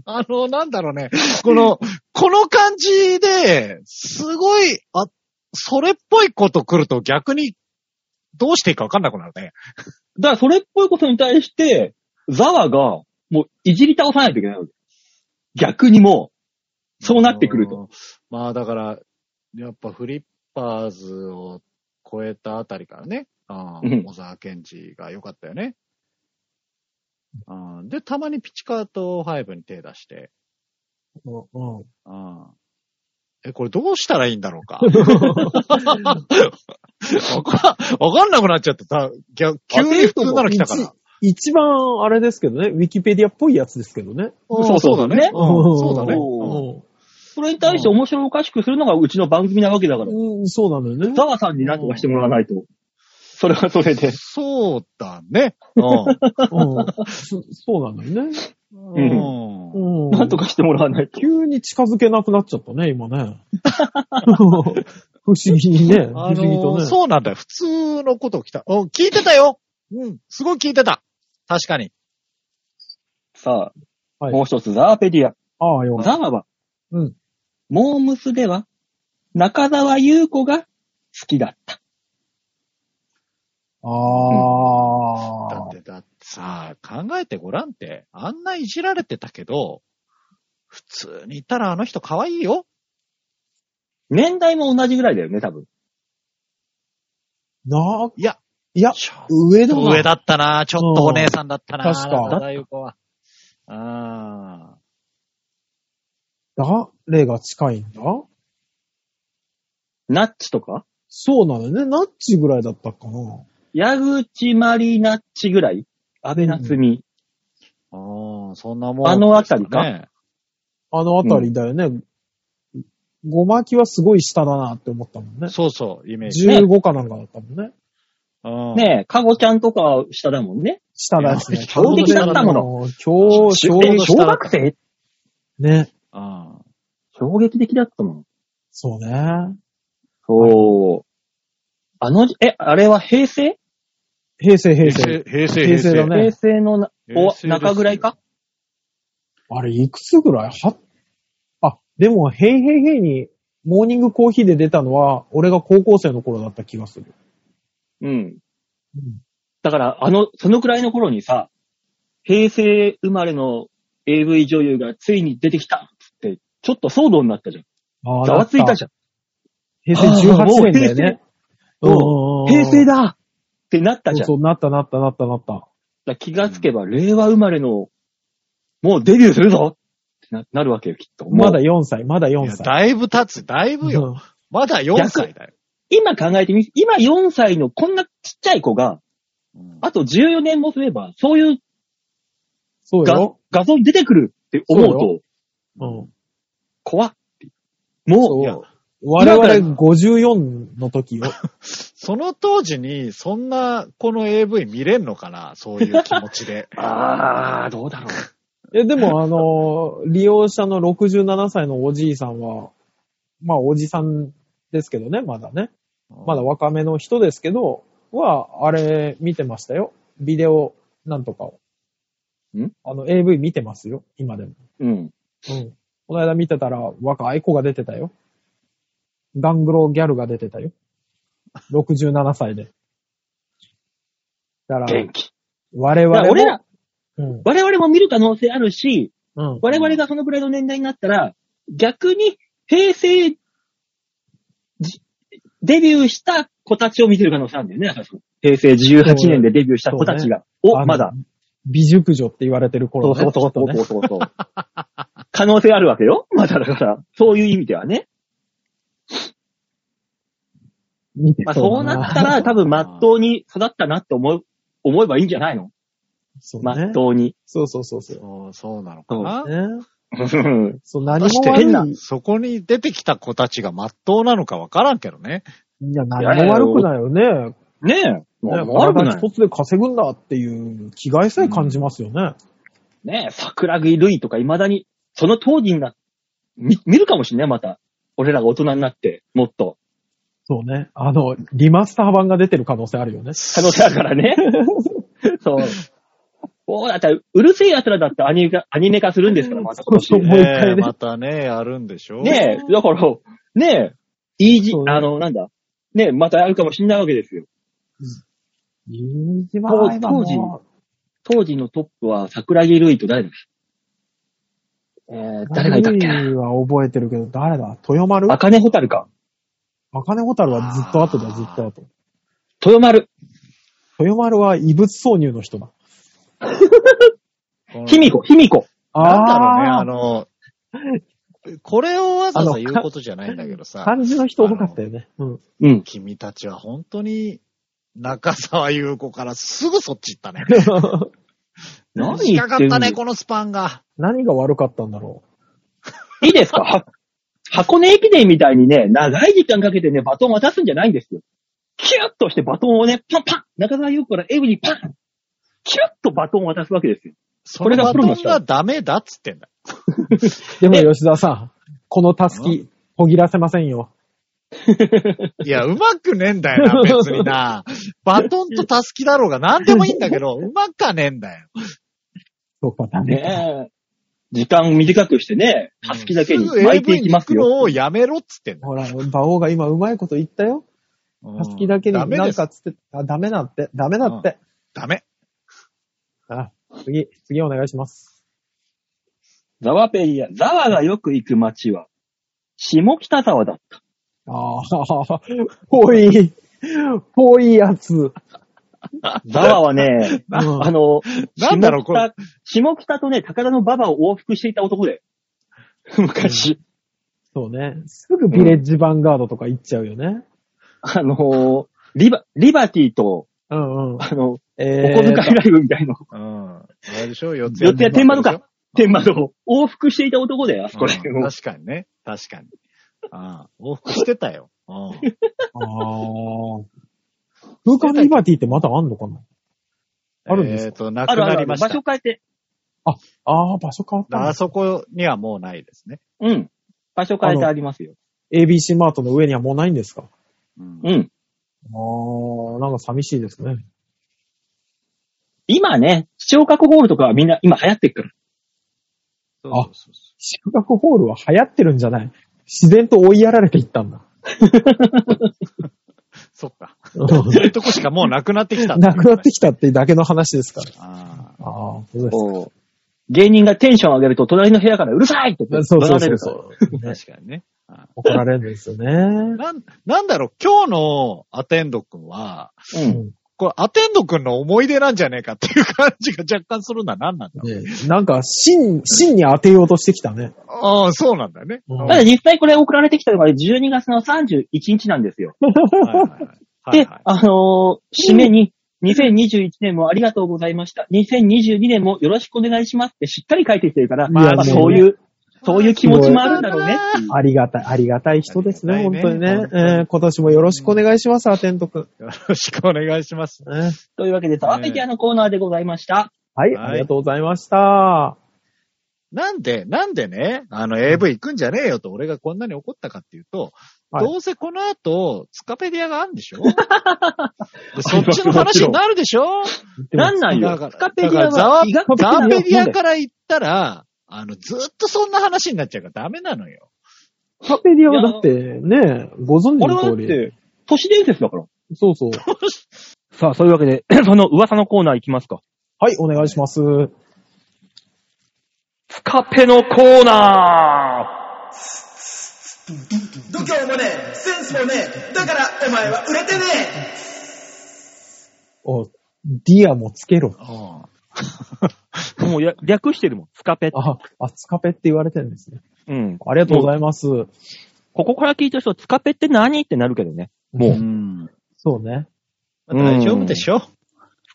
A: あの、なんだろうね。この、この感じで、すごい、あ、それっぽいこと来ると逆に、どうしていいかわかんなくなるね。
B: だからそれっぽいことに対して、ザワが、もういじり倒さないといけないわけ。逆にもう、そうなってくると。
A: うん。まあだから、やっぱフリッパーズを超えたあたりからね、あー
B: うん
A: 小沢健二が良かったよね。あーで、たまにピチカート5に手出して、
C: うんうん。
A: あーえ、これどうしたらいいんだろうか。わかわかんなくなっちゃった。た逆急に普通なの来たから。
C: 一番、あれですけどね、ウィキペディアっぽいやつですけどね。
B: うそうそうだね
A: うんそうだね。うん
C: う
B: それに対して面白おかしくするのがうちの番組なわけだから。
C: んうん、そうなんだよね。
B: ザワさんに何とかしてもらわないと。それはそれで。
A: そうだね。う
C: うんそそうなんだよね。
A: ん
B: ん
A: うん
C: うん。
B: 何とかしてもらわないと。
C: 急に近づけなくなっちゃったね、今 ね。不思議にね。不
A: あ
C: 思議と
A: の
C: ね。
A: そうなんだよ。普通のことを来た。お聞いてたようん。すごい聞いてた。確かに。
B: さあ、
C: はい
B: もう一つ、ザワペディア。
C: ああ、よかった。
B: ザワは、
C: うん。
B: モームスでは、中澤優子が好きだった。
C: あ
A: だ
C: あ
A: っ。て、だってさ、考えてごらんって、あんないじられてたけど、普通にいたらあの人可愛いよ。
B: 年代も同じぐらいだよね、多分。
C: なあ、
A: いや、
C: いや、
A: ちょっ
C: 上だ
A: と
C: な。
A: 上だったな。ちょっとお姉さんだったな。
C: うん確か
A: 中田裕子は。あ
C: 誰が近いんだ
B: ナッチとか
C: そうなのね。ナッチぐらいだったかな。
B: 矢口マリナッチぐらい安倍夏美。
A: あ。ああ、そんなもん、
B: あのあたりか
A: ね。
C: あのあたりだよね。ごまきはすごい下だなって思ったもんね。
A: そうそう、イメージ。
C: 15かなんかだったもんね。
A: うん
B: ねえ、かごちゃんとか下だもんね。
C: 下だしね。
A: いや強
B: 敵だったもの
C: の。今日、
A: 衝動
B: 小
A: した
B: 学生
C: ね。
A: うん
B: 衝撃的だったもん。
C: そうね。
B: そう。あのじ、え、あれは平成
C: 平成、平成。
A: 平成、平成、
C: 平成だね
B: 平成のな
A: 平成
B: お
A: ですよ
B: 中ぐらいか
C: あれ、いくつぐらいはあ、でも、ヘイヘイヘイに、モーニングコーヒーで出たのは、俺が高校生の頃だった気がする。
B: うん
C: うん。
B: だから、あの、そのくらいの頃にさ、平成生まれの AV 女優がついに出てきたっつって、ちょっと騒動になったじゃん。
C: あ
B: ざわついたじゃん。
C: 平成
B: あーもう
C: 18年だ
B: 平
C: よね。
B: 成
C: うん
B: 平成だってなったじゃん。
C: そうそう、なったなったなったなった。
B: だから気がつけば、令和生まれの、もうデビューするぞってななるわけよ、きっと。もう
C: まだ4歳、まだ
A: い
C: 4
A: や
C: 歳。
A: だいぶ経つ、だいぶよ。
C: うん
A: まだ4歳だよ。
B: 今考えてみ、今4歳のこんなちっちゃい子が、
A: うん
B: あと14年もすれば、そういう
C: そう
B: 画
C: よ。
B: 画像に出てくるって思う
C: そう
B: と、
C: うん。
B: 怖っ。もう、いや
C: そう。我々54の時 よ。
A: その当時に、そんな、この AV 見れんのかなそういう気持 ちで。
B: あー、どうだろう。
C: え、でも、あのー、利用者の67歳のおじいさんは、まあ、おじさんですけどね、まだね。まだ若めの人ですけど、は、あれ、見てましたよ。ビデオ、なんとかを。
B: ん
C: あの、AV 見てますよ、今でも。
B: うん。
C: うん。この間見てたら、若い子が出てたよ。ガングロギャルが出てたよ。67歳で。だから、
B: 元気。
C: 我
B: だか
C: 々
B: ら
C: も、
B: 俺ら、
C: うん、
B: 我々も見る可能性あるし、
C: うん。
B: 我々がそのくらいの年代になったら、逆に平成じ、デビューした子たちを見てる可能性あるんだよね。だからその平成18年でデビューした子たちが。
C: あ
B: お、
C: の
B: まだ。。
C: 美熟女って言われてる頃、ね、ちょっとね
B: そうそう。 可能性あるわけよ。まだだから、そういう意味ではね。
C: 見て
B: まあそうなったら多分真っ当に育ったなって思う、思えばいいんじゃないの
C: そう
B: 真っ
C: ね。
B: 当 に。
C: そうそうそうそう。
A: そう、そうなのかな、
C: ね、
B: うん
C: そう、何も
A: 果たして
C: 悪い。い
A: そこに出てきた子たちが真っ当なのかわからんけどね。
C: や、何も悪くないよね。
B: ねえ。
C: ね
B: 悪くな
C: 体
B: い。
C: 一つで稼ぐんだっていう気概さえ感じますよね。
B: ねえ、桜木類とか未だに、その当時になっ見、見るかもしんない、また。俺らが大人になって、もっと。
C: そうね。あの、リマスター版が出てる可能性あ るよね。
B: 可能性あるから ね。そう。おうだったら、うるせえ奴らだってアニメ化、アニメ化するんですから、また今
C: そう
B: 年。
C: もう一回ね
A: ねえまたね、やるんでしょ
B: ねえ、だから、ねえ、イージ
C: そうね
B: あの、なんだ。ねえ、またやるかもしんないわけですよ。
E: 新島愛は
B: 当時
E: も
B: 当時のトップは桜木ルイと誰だっけえー、誰がいたっけ
C: ルイは覚えてるけど、誰だ豊丸
B: 赤根ホタルか。
C: 赤根ホタルはずっと後だ、ずっと後。
B: 豊丸。
C: 豊丸は異物挿入の人だ。
B: 卑弥呼、卑弥呼。
A: なんだろうね、
C: あ
A: あ
C: ー
A: の、これをわざわざ言うことじゃないんだけどさ、
C: 漢字の人多かったよね。うん。
B: うん。
A: 君たちは本当に、中沢優子からすぐそっ ち行ったね。
B: 何言
A: 近
B: っ
A: か
B: て
A: っ
B: る
A: たね、このスパンが。
C: 何が悪かったんだろ
B: いいですかは箱根駅伝みたいにね、長い時間かけてね、バトン渡すんじゃないんですよ。キュッとしてバトンをね、パンパン中澤優子からエブにパンキュッとバトンを渡すわけですよ。
A: そ
B: これ
A: の
B: が
A: バ
B: プロの
A: トン
B: 人
A: がダメだっつってんだ。
C: う。でも吉田さん、このタスキ、ほぎらせませんよ。
A: いや、うまくねえんだよ な、別にな。バトンとタスキだろうが何でもいいんだけ ど、うまくはねえんだよ。
C: そうか、ダメ。
B: ねえ。時間を短くしてね、たすきだけに
A: すぐ
B: 巻いて
A: AV
B: いき
A: に
B: ま
A: 行
B: す
A: く
B: よ。
A: のをやめろっつってんだ。
C: ほら、馬王が今うまいこと言ったよ。
A: た
C: タスキだけに
A: ダメ
C: な
A: で
C: ん
A: す
C: か。つって、あ、ダメだって、ダメだって。
A: ダメ。
C: あ、次、次お願いします。
B: ザワペリア、ザワがよく行く街は、下北沢だ。
C: ああ、 ぽい、ぽいやつ。
B: ザワは ね、
C: うん
B: あの、
A: なんだろうこ
B: 下
A: れ
B: 北、下北とね、高田の馬場を往復していた男 で。昔、
C: そうね。すぐビレッジヴァンガードとか行っちゃうよね。
B: あの、リバ、リバティと、
C: うんうん。
B: あの、お
C: え
B: 小 遣いライブみたいな、
A: うん。あれでしょ四つ
B: 四谷天窓か。 天窓を往復していた男で、あそこで。
A: うん確かにね。確かに。ああ、往復してたよ。うん。
C: ああ。空間リバティってまだあんのかな あるんです
A: えっと、な
B: あ
A: く
B: るあ
A: な
B: るある。
A: り
B: 場
A: ました
B: 所。変えて。
C: ああ、場所変わった
A: あ
C: な。
A: そこにはもうないですね。
B: うん。場所変えてありますよ。
C: ABC マートの上にはもうないんですか
A: うん
B: うん。
C: ああ、なんか寂しいですね。
B: 今ね、視聴覚ホールとかはみんな今流行ってるから。
A: そう
C: あ
A: そうそうそ
C: 宿泊ホールは流行ってるんじゃない自然と追いやられていったんだ。
A: う。そっか。
C: うん
A: そういうとこしかもうなくなってきた
C: なくなってきたってだけの話ですから。
A: あ
C: ああ、そうです。
B: こう芸人がテンション上げると隣の部屋からうるさいって言って
C: そう
B: 怒
C: そ
B: ら
C: う
B: れ
C: そう
B: るから。
C: そう、
A: あ、
C: ね
A: 確かにね。あ
C: 怒られるんですよね。
A: なん、なんだろう、今日のアテンド君は、
B: うん。
A: これアテンド君の思い出なんじゃねえかっていう感じが若干するのは何なんだろう。
C: ねなんか、真、真に当てようとしてきたね。
A: ああ、そうなんだね。
C: うん
A: はい
B: ただ実際これ送られてきたのが12月の31日なんですよ。
A: はいはい。はい
B: で
A: は、い
B: あのー締めに、2021年もありがとうございました。2022年もよろしくお願いしますってしっかり書いてきてるから、
C: まあ
B: まあ
C: ね
B: そういう、そういう気持ちもあるんだろうねっていう。
C: ありがたい、ありがたい人ですね、
A: あり
C: 本
A: が
C: 当
A: たい
C: に
A: ね
C: ね
A: 本。
C: え
A: 当に
C: ー今年もよろしくお願いします、アテント君。
A: よろしくお願いします。
C: ね
B: というわけで、ザワペディアのコーナーでございました。
C: はい、
A: はい
C: ありがとうございました。
A: なんで、なんでね、あの AV 行くんじゃねえよと俺がこんなに怒ったかっていうと、
C: はい
A: どうせこの後、スカペディアがあるんでしょでそっちの話になるでしょ
B: なんなん
A: だ
B: よ。
A: から、
B: スカペディア
A: だからザ
B: は
A: ワ
B: 医学的
A: ザ
B: な
A: ワペディアから行ったら、あの、ずっとそんな話になっちゃうからダメなのよ。
C: カペディアはだって、ね、ご存知
B: 俺はだ
C: の
B: っ
C: 通り。
B: て、都市伝説だから。
C: そうそう。
B: さあ、そういうわけで、 その噂のコーナー行きますか。
C: はい、お願いします。
B: スカペのコーナ
D: 度胸もねえセンスもねえだからお前は売れてねえ
C: お、ディアもつけろ。
B: ーもうや略してるもん、スカペ。
C: あ、あ、つかぺって言われてるんですね。
B: うん。
C: ありがとうございます。
B: ここから聞いた人は、スカペって何ってなるけどね。もう
A: う、ん。
C: そうね。
A: まあ大丈夫でしょ
B: ス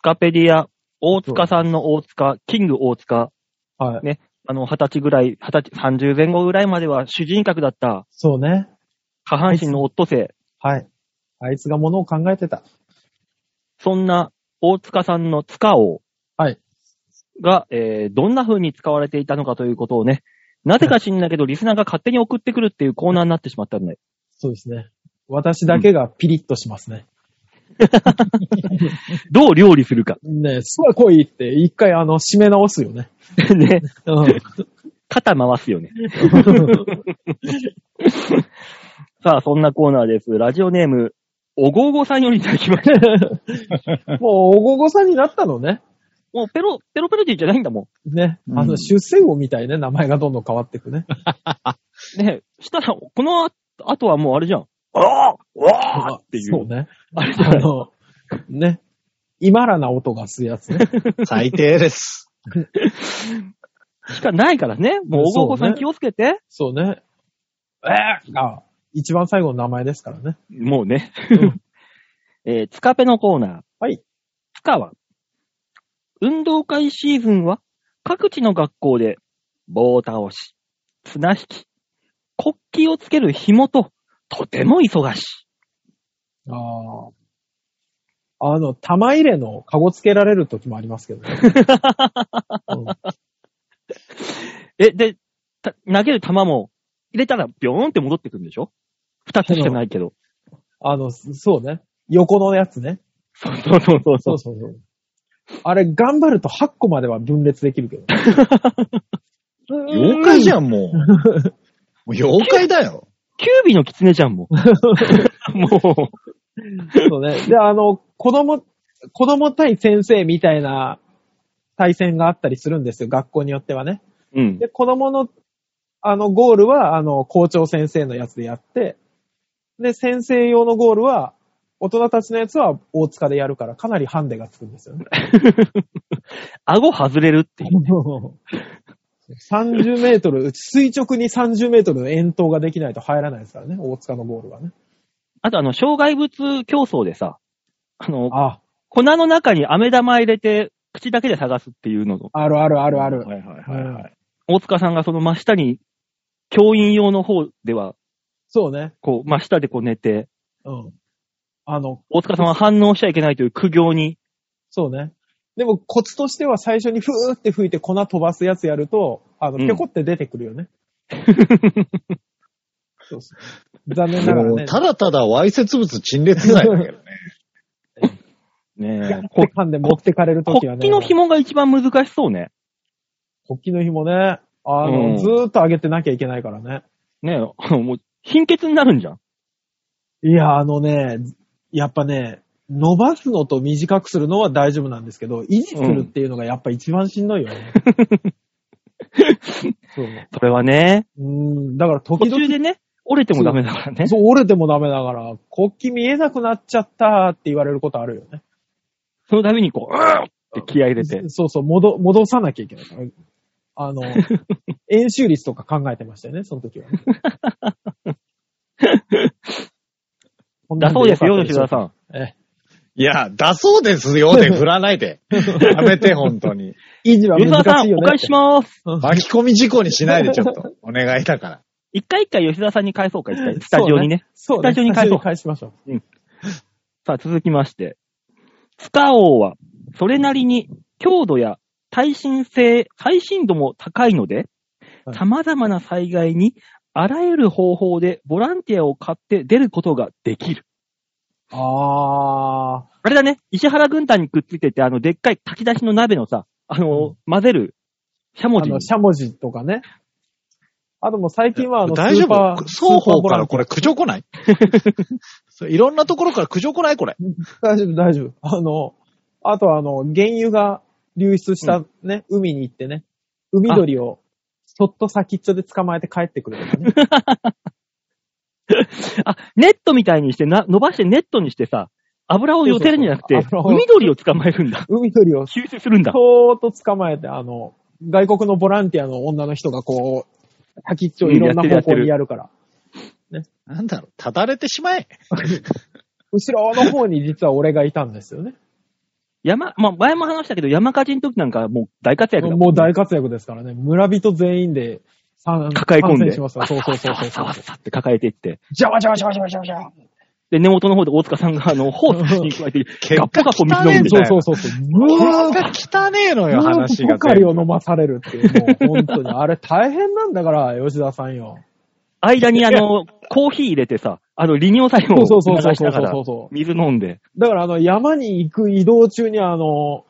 B: カペディア、大塚さんの大塚、キング大塚、
C: はい。
B: あの、二十歳ぐらい、二十歳、30前後ぐらいまでは主人格だった、
C: そうね。
B: 下半身のオットセイ。
C: はい。あいつがものを考えてた。
B: そんな大塚さんの塚王
C: はい
B: が、えーどんな風に使われていたのかということをね、なぜか知んないけど、リスナーが勝手に送ってくるっていうコーナーになってしまったんで、
C: そうですね。私だけがピリッとしますね。
B: どう料理するか。
C: ねすごい濃いって、一回あの、締め直すよね。
B: ね、
C: うん。
B: 肩回すよね。さあ、そんなコーナーです。ラジオネーム、おごおごさんよりいただきました。
C: もう、おごごさんになったのね。
B: もうペロ、ペロペロジーじゃないんだも
C: ね。あ
A: う
C: の、
A: ん
C: 出世魚みたいね、名前がどんどん変わっていくね。
B: ん。ねえしたら、この後はもうあれじゃん。ああああってい
C: そう
B: う。
C: ね。
B: あれじゃ
C: あ
B: ない
C: の、ね。今らな音がするやつね。
A: 最低です。
B: しかないからね。もう、おごおごさ
C: そうんね
B: 気をつけて。
C: そうね。えー、が、一番最後の名前ですからね。
B: もうね。 えー、つかぺのコーナー。
C: はい。
B: つかは、運動会シーズンは、各地の学校で、棒倒し、綱引き、国旗をつける紐と、とても忙しい。
C: ああ。あの、玉入れのカゴつけられる時もありますけど ね。うん
B: え、で、た投げる球も、入れたら、ビョーンって戻ってくるんでしょ二つしかないけど。
C: あの、そうね。横のやつね。
B: そうそうそうそう
C: そうそうそう。あれ、頑張ると8個までは分裂できるけど。
A: 妖怪じゃん、もう。も う妖怪だよ。
B: キュービーの狐じゃん、もう。 も
C: そうね。で、あの、子供、子供対先生みたいな対戦があったりするんですよ。学校によってはね。
B: う。うん。
C: で、子供の、あの、ゴールは、あの、校長先生のやつでやって、で、先生用のゴールは、大人たちのやつは大塚でやるから、かなりハンデがつくんですよね。
B: 顎外れるっていう。
C: 30メートル、垂直に30メートルの遠投ができないと入らないですからね、大塚のゴールはね。
B: あと、あの、障害物競争でさ、あの、
C: あ、
B: 粉の中に飴玉入れて、口だけで探すっていうのを、
C: あるあるあるある。
A: はいはいはいはい。
B: 大塚さんがその真下に、教員用の方では、
C: そうね。
B: こう、真下でこう寝て、
C: うん。あの、
B: 大塚さんは反応しちゃいけないという苦行に、
C: そうね。でもコツとしては最初にふーって吹いて粉飛ばすやつやると、あの、
B: うん
C: ぴょこって出てくる よね。そうそう。残念ながら
A: も
C: ね
A: う、ただただわいせつ物陳列罪だけどね。
B: ねえ、
C: こ噛んで持ってかれるとき
B: 国
C: はね。
B: 旗の紐が一番難しそうね。
C: 国旗の紐ね。あの、
B: うん
C: ずーっと上げてなきゃいけないからね。
B: ねえ、もう、貧血になるんじゃん。
C: いや、あのね、やっぱね、伸ばすのと短くするのは大丈夫なんですけど、維持するっていうのがやっぱ一番しんどいよね。
B: それはね、
C: うん、だから
B: 途
C: 時々
B: 中でね、折れてもダメだからね。
C: そう、折れてもダメだから、国旗見えなくなっちゃったって言われることあるよね。
B: その度にこう、うーって気合い入れて。
C: そうそう、戻、戻さなきゃいけないから。あ の、演習率とか考えてましたよね、その時はね、
B: だそうですよ、吉田さん。
C: ん。え
A: いや、だそうですよ で振らないで。やめて、本当 に。
C: え、維持は
B: 吉田
C: 難
B: さ
C: しい
B: ん、
C: よ
B: お
C: ね。
B: 返しします。
A: 巻き込み事故にしないで、ちょっと。お願いだから。
B: 一回一回吉田さんに返そうか、一回。スタジオにね。
C: そう、
B: スタジオに返そう
C: スタジオに返しましょう。
B: さあ、続きまして。塚王は、それなりに強度や耐震性、耐震度も高いので、
C: はい
B: 様々な災害にあらゆる方法でボランティアを買って出ることができる。
C: あ
B: あれだね、石原軍団にくっついてて、あの、でっかい炊き出しの鍋のさ、あの、混ぜる、しゃも
C: ー、あ
B: じに
C: の、しゃもじとかね。あともう最近はあの、
A: 大丈
C: スーパ
A: 夫
C: ー
A: 双
C: スーパー
A: 方
C: ボラ
A: か
C: ンテ
A: ら
C: ィ
A: これ苦情来ない それいろんなところから苦情来ないこれ。
C: ア大丈夫、大丈夫。あの、あとあの、原油が流出したね、海に行ってね、海鳥をそっと先っちょで捕まえて帰ってくるとか ね。
B: あ、ネットみたいにしてな、伸ばしてネットにしてさ、油を寄せるんじゃなくて、
C: そうそうそう油を
B: 海鳥を捕まえるんだ。
C: 海鳥をそ
B: 吸収するんだ。
C: ーっと捕まえて、あの、外国のボランティアの女の人がこう、先っちょをいろんな
B: うんや
C: 方
B: ってるやって
C: 向
B: る
C: にやるから。
A: なんだろう、ただれてしまえ。
C: 後ろの方に実は俺がいたんですよね。
B: 山、まあ、前も話したけど、山火事の時なんかもう大活躍だ
C: もう大活躍ですからね。村人全員で参
B: 抱え込ん
C: 参
B: で、
C: 戦しますからそうそうそうそう
B: さ
C: そう
B: わ。さって抱えていって。
C: じゃわじゃわじゃわじゃわじゃわじゃわ。
B: で、根元の方で大塚さんが、あの、ホースに加えて、
A: 結
B: ガッポ
A: 果
B: ガッポ
A: 汚
B: 水飲
A: ねえ
B: ん
A: ん
B: で
A: だ
C: そ
A: よ
C: うそうそ うそう。うわ
A: う
C: ー
A: わー汚ねえのよ、話が
C: ポカリを
A: 全部。
C: 飲まされるっていう、もう本当に。あれ大変なんだから、 吉田さんよ。
B: 間にあの、コーヒー入れてさ、あの、利尿作用を
C: そうそうそう
B: 流し
C: そ
B: な
C: う
B: が
C: そう
B: ら
C: そう、そ
B: 水飲んで。
C: う。だからあの、山に行く移動中にあの、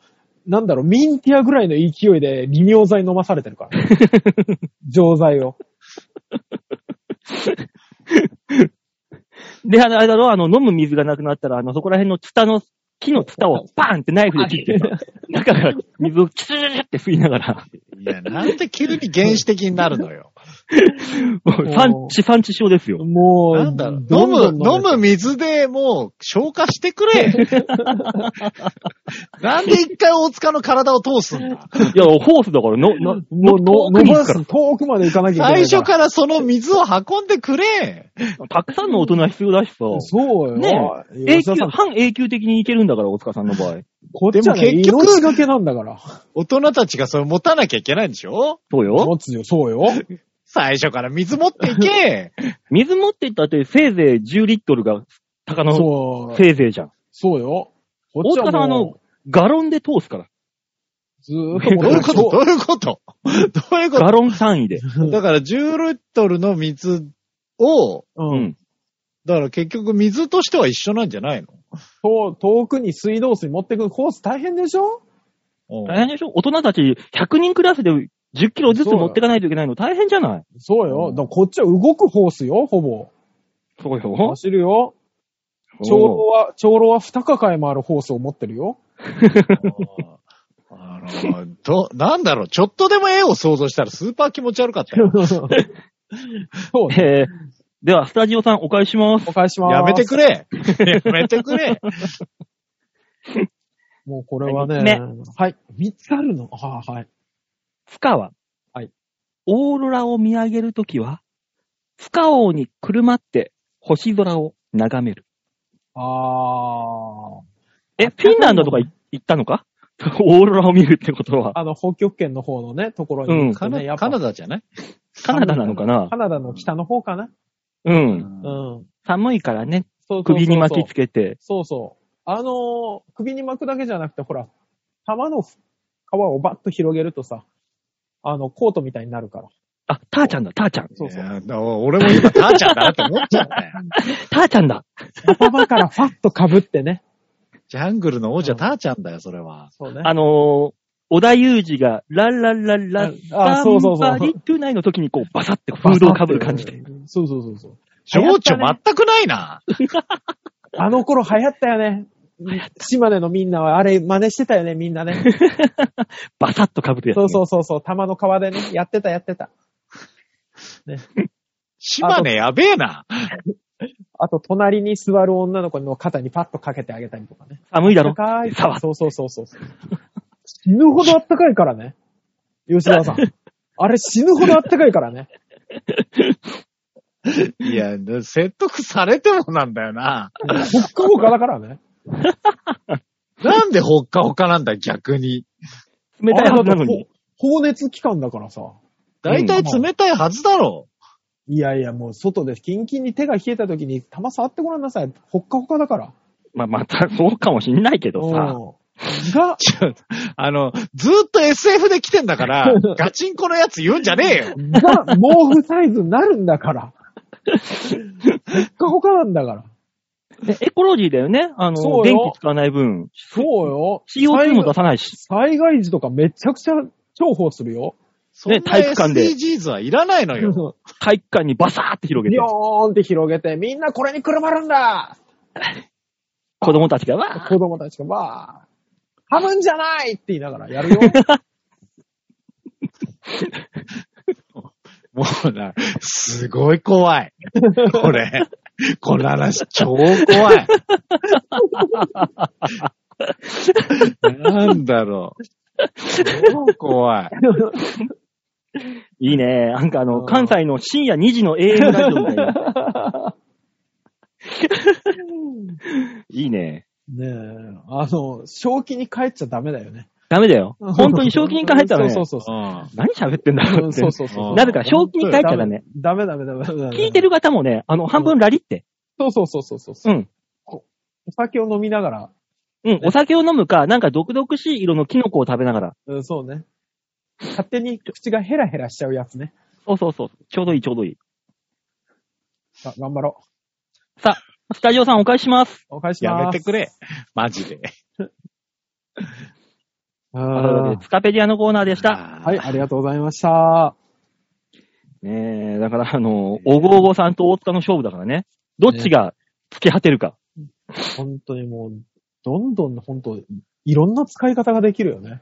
C: なんだろう、ミンティアぐらいの勢いで利尿剤飲まされてるから、ね。 錠剤を。
B: で、あの、あれだろ、あの、飲む水がなくなったら、あの、そこら辺のツタの、木のツタをパーンってナイフで切ってさ、中から水をキスーって吸いなが ら、
A: いや、なんで急に原始的になるのよ。
B: もう産地、産地症です よ。
C: もう、
A: なんだろう、
C: ど
A: 飲
C: んどん
A: む、飲む水でもう消化してくれ。なんで一回大塚の体を通すんだ。
B: いや、ホースだから、の、の、
C: もう
B: 遠く
C: の、伸
B: に
C: ば
B: 行くから
C: す、遠くまで行かなきゃいけな
A: 最
C: いから。
A: 初からその水を運んでくれ。
B: たくさんの大人必要だしさ、
C: そうよ。
B: ね
C: え
B: 永
C: 吉田さ
B: 久、
C: ん、
B: 半永久的にいけるんだから、大塚さんの場合。
C: こっちは、ね、
A: でも結局
C: 命がけなんだから。
A: 大人たちがそれ持たなきゃいけないんでしょ
B: そうよ。
C: 持つよ、そうよ。
A: 最初から水持っていけ。
B: 水持っていったって、せいぜい10リットルが、高の、
C: そう、
B: せいぜいじゃん。
C: そうよ。こっ
B: 大
C: ち
B: 塚さん、あ
C: は
B: の
C: も、
B: ガロンで通すから。
C: う、ずーっと持
A: どう
C: っ
A: い
C: て
A: うことどういうことどういうこ
B: ガロン単位で。
A: とだから10リットルの水を、
C: う。
B: うんん。
A: だから結局水としては一緒なんじゃないの
C: 遠遠くに水道水持ってくるコース大変でしょ
A: うん
B: 大変でしょ大人たち100人クラスで10キロずつ持ってかないといけないの大変じゃない
C: そうよ。だからこっちは動くホースよ、ほぼ。
B: そうよ。
C: 走るよ。長老
B: そ
C: は、長老は二抱え回るホースを持ってるよ。
A: あの、ど、なんだろう、ちょっとでも絵を想像したらスーパー気持ち悪かったよ。
C: そう
B: う。えー、では、スタジオさんお返しします
C: お。返しします。
A: やめてくれやめて くれ
C: もうこれはね。
B: ね
C: はい。三つあるのああ、はい。
B: スカは、
C: はい。
B: オーロラを見上げるときは、スカ王にくるまって星空を眺める。
C: あ
B: え、フィンランドとかい行ったのか オーロラを見るってことは、
C: あ。あの、北極圏の方のね、ところ
B: う
C: に
B: ん
C: 行く
A: カ
C: とね、や
A: ナ
C: っぱ
A: カナダじゃない
B: カナダなのかな
C: カナダの北の方かな。
B: うん。
C: うん。
B: 寒いからね、
C: そうそうそうそう
B: 首に巻きつけて。
C: そうそう。あのー首に巻くだけじゃなくて、ほら、玉の皮をバッと広げるとさ、あの、コートみたいになるから。
B: あ、ターちゃんだ、ターちゃん。
C: そうそう
A: いやだ俺も今ターちゃんだなって思っちゃったよ。
B: ターちゃんだ。
C: 頭からファッと被ってね。
A: ジャングルの王者ターちゃんだよ、それは。
C: そうね。
B: あのー、小田裕二が、ララララ、
C: ああそうそうそう
B: サンバリトゥナイの時にこう、バサってフードをかぶる感じで。
C: そうそうそうそう。
A: 情緒全くないな。
C: あの頃流行ったよね。島根のみんなはあれ真似してたよね、みん なね。
B: バサッとかぶるやつね、
C: そうそうそうそう、玉の皮でね、やってたやってた。
A: 島根やべえな。
C: あと、隣に座る女の子の肩にパッとかけてあげたりとかね。
B: 寒いだろ。
C: かい。
B: 触っ
C: そうそうそうそう。死ぬほどあったかいからね。吉 沢さん。あれ死ぬほどあったかいからね。
A: いや、説得されてもなんだよな。
C: ほっかほかだからね。
A: なんでほっかほかなんだ、逆に。
B: 冷たいはずなのに。
C: 放熱期間だからさ。
A: 大体冷たいはずだろ。
C: いやいや、もう外でキンキンに手が冷えた時に玉触ってごらんなさい。ほっかほかだから。
B: まあ、また、そうかもしんないけどさ。
C: うん。が、
A: ちょあの、ずーっと SF で来てんだから、ガチンコのやつ言うんじゃねえよ。
C: が、毛布サイズになるんだから。ほっかほかなんだから。
B: でエコロジーだよね。あ
C: そ
B: の、
C: う
B: 電
C: よ
B: 気使わない分。
C: そうよ。
B: CO2 も出さないし。
C: 災害時とかめちゃくちゃ重宝す るよ。
A: そんな
B: 体育館で
A: SDGs はいらないのよ。
B: 体育館にバサーって広げて
C: ビヨ。ーンって広げて、みんなこれにくるまるんだ
B: 子供たちがわ ー
C: 子供たちがばー、はむんじゃないって言いながらやるよ。
A: もうな、すごい怖い。これ。この話、超怖い。なんだろう。超怖い。
B: いいね。なんかあ
C: う
B: の、
C: ん
B: 関西の深夜2時の AM ラジオみたいな。いいね。
C: ねえ、あの、正気に帰っちゃダメだよね。
B: ダメだよ。本当に賞金から入ったらね。
C: そうそうそう
A: うん
B: 何喋ってんだ
C: そう。
B: ろう
C: う
B: んって
C: そう。そうそう。
B: なぜか正気に帰ったらね、
C: ダメダメダメダメダメ。
B: 聞いてる方もね、あの、半分ラリって。
C: そうそうそうそうそう。
B: うん。
C: お酒を飲みながら、
B: うん、お酒を飲むか、なんか毒々しい色のキノコを食べながら。
C: うん、そうね。勝手に口がヘラヘラしちゃうやつね。
B: そうそうそう。ちょうどいい、ちょうどいい。
C: さ頑張ろ
B: さあ、スタジオさんお返しします。
C: う。お返し
A: や
C: ます。
A: めてくれ。マジで。
C: うん
B: スカペディアのコーナーでした。
A: は
C: はい、ありがとうございました。
B: ねえ、だからあの、おごおごさんと大塚の勝負だからね。どっちが突き果てるか。
C: 本当にもう、どんどん本当、いろんな使い方ができるよね。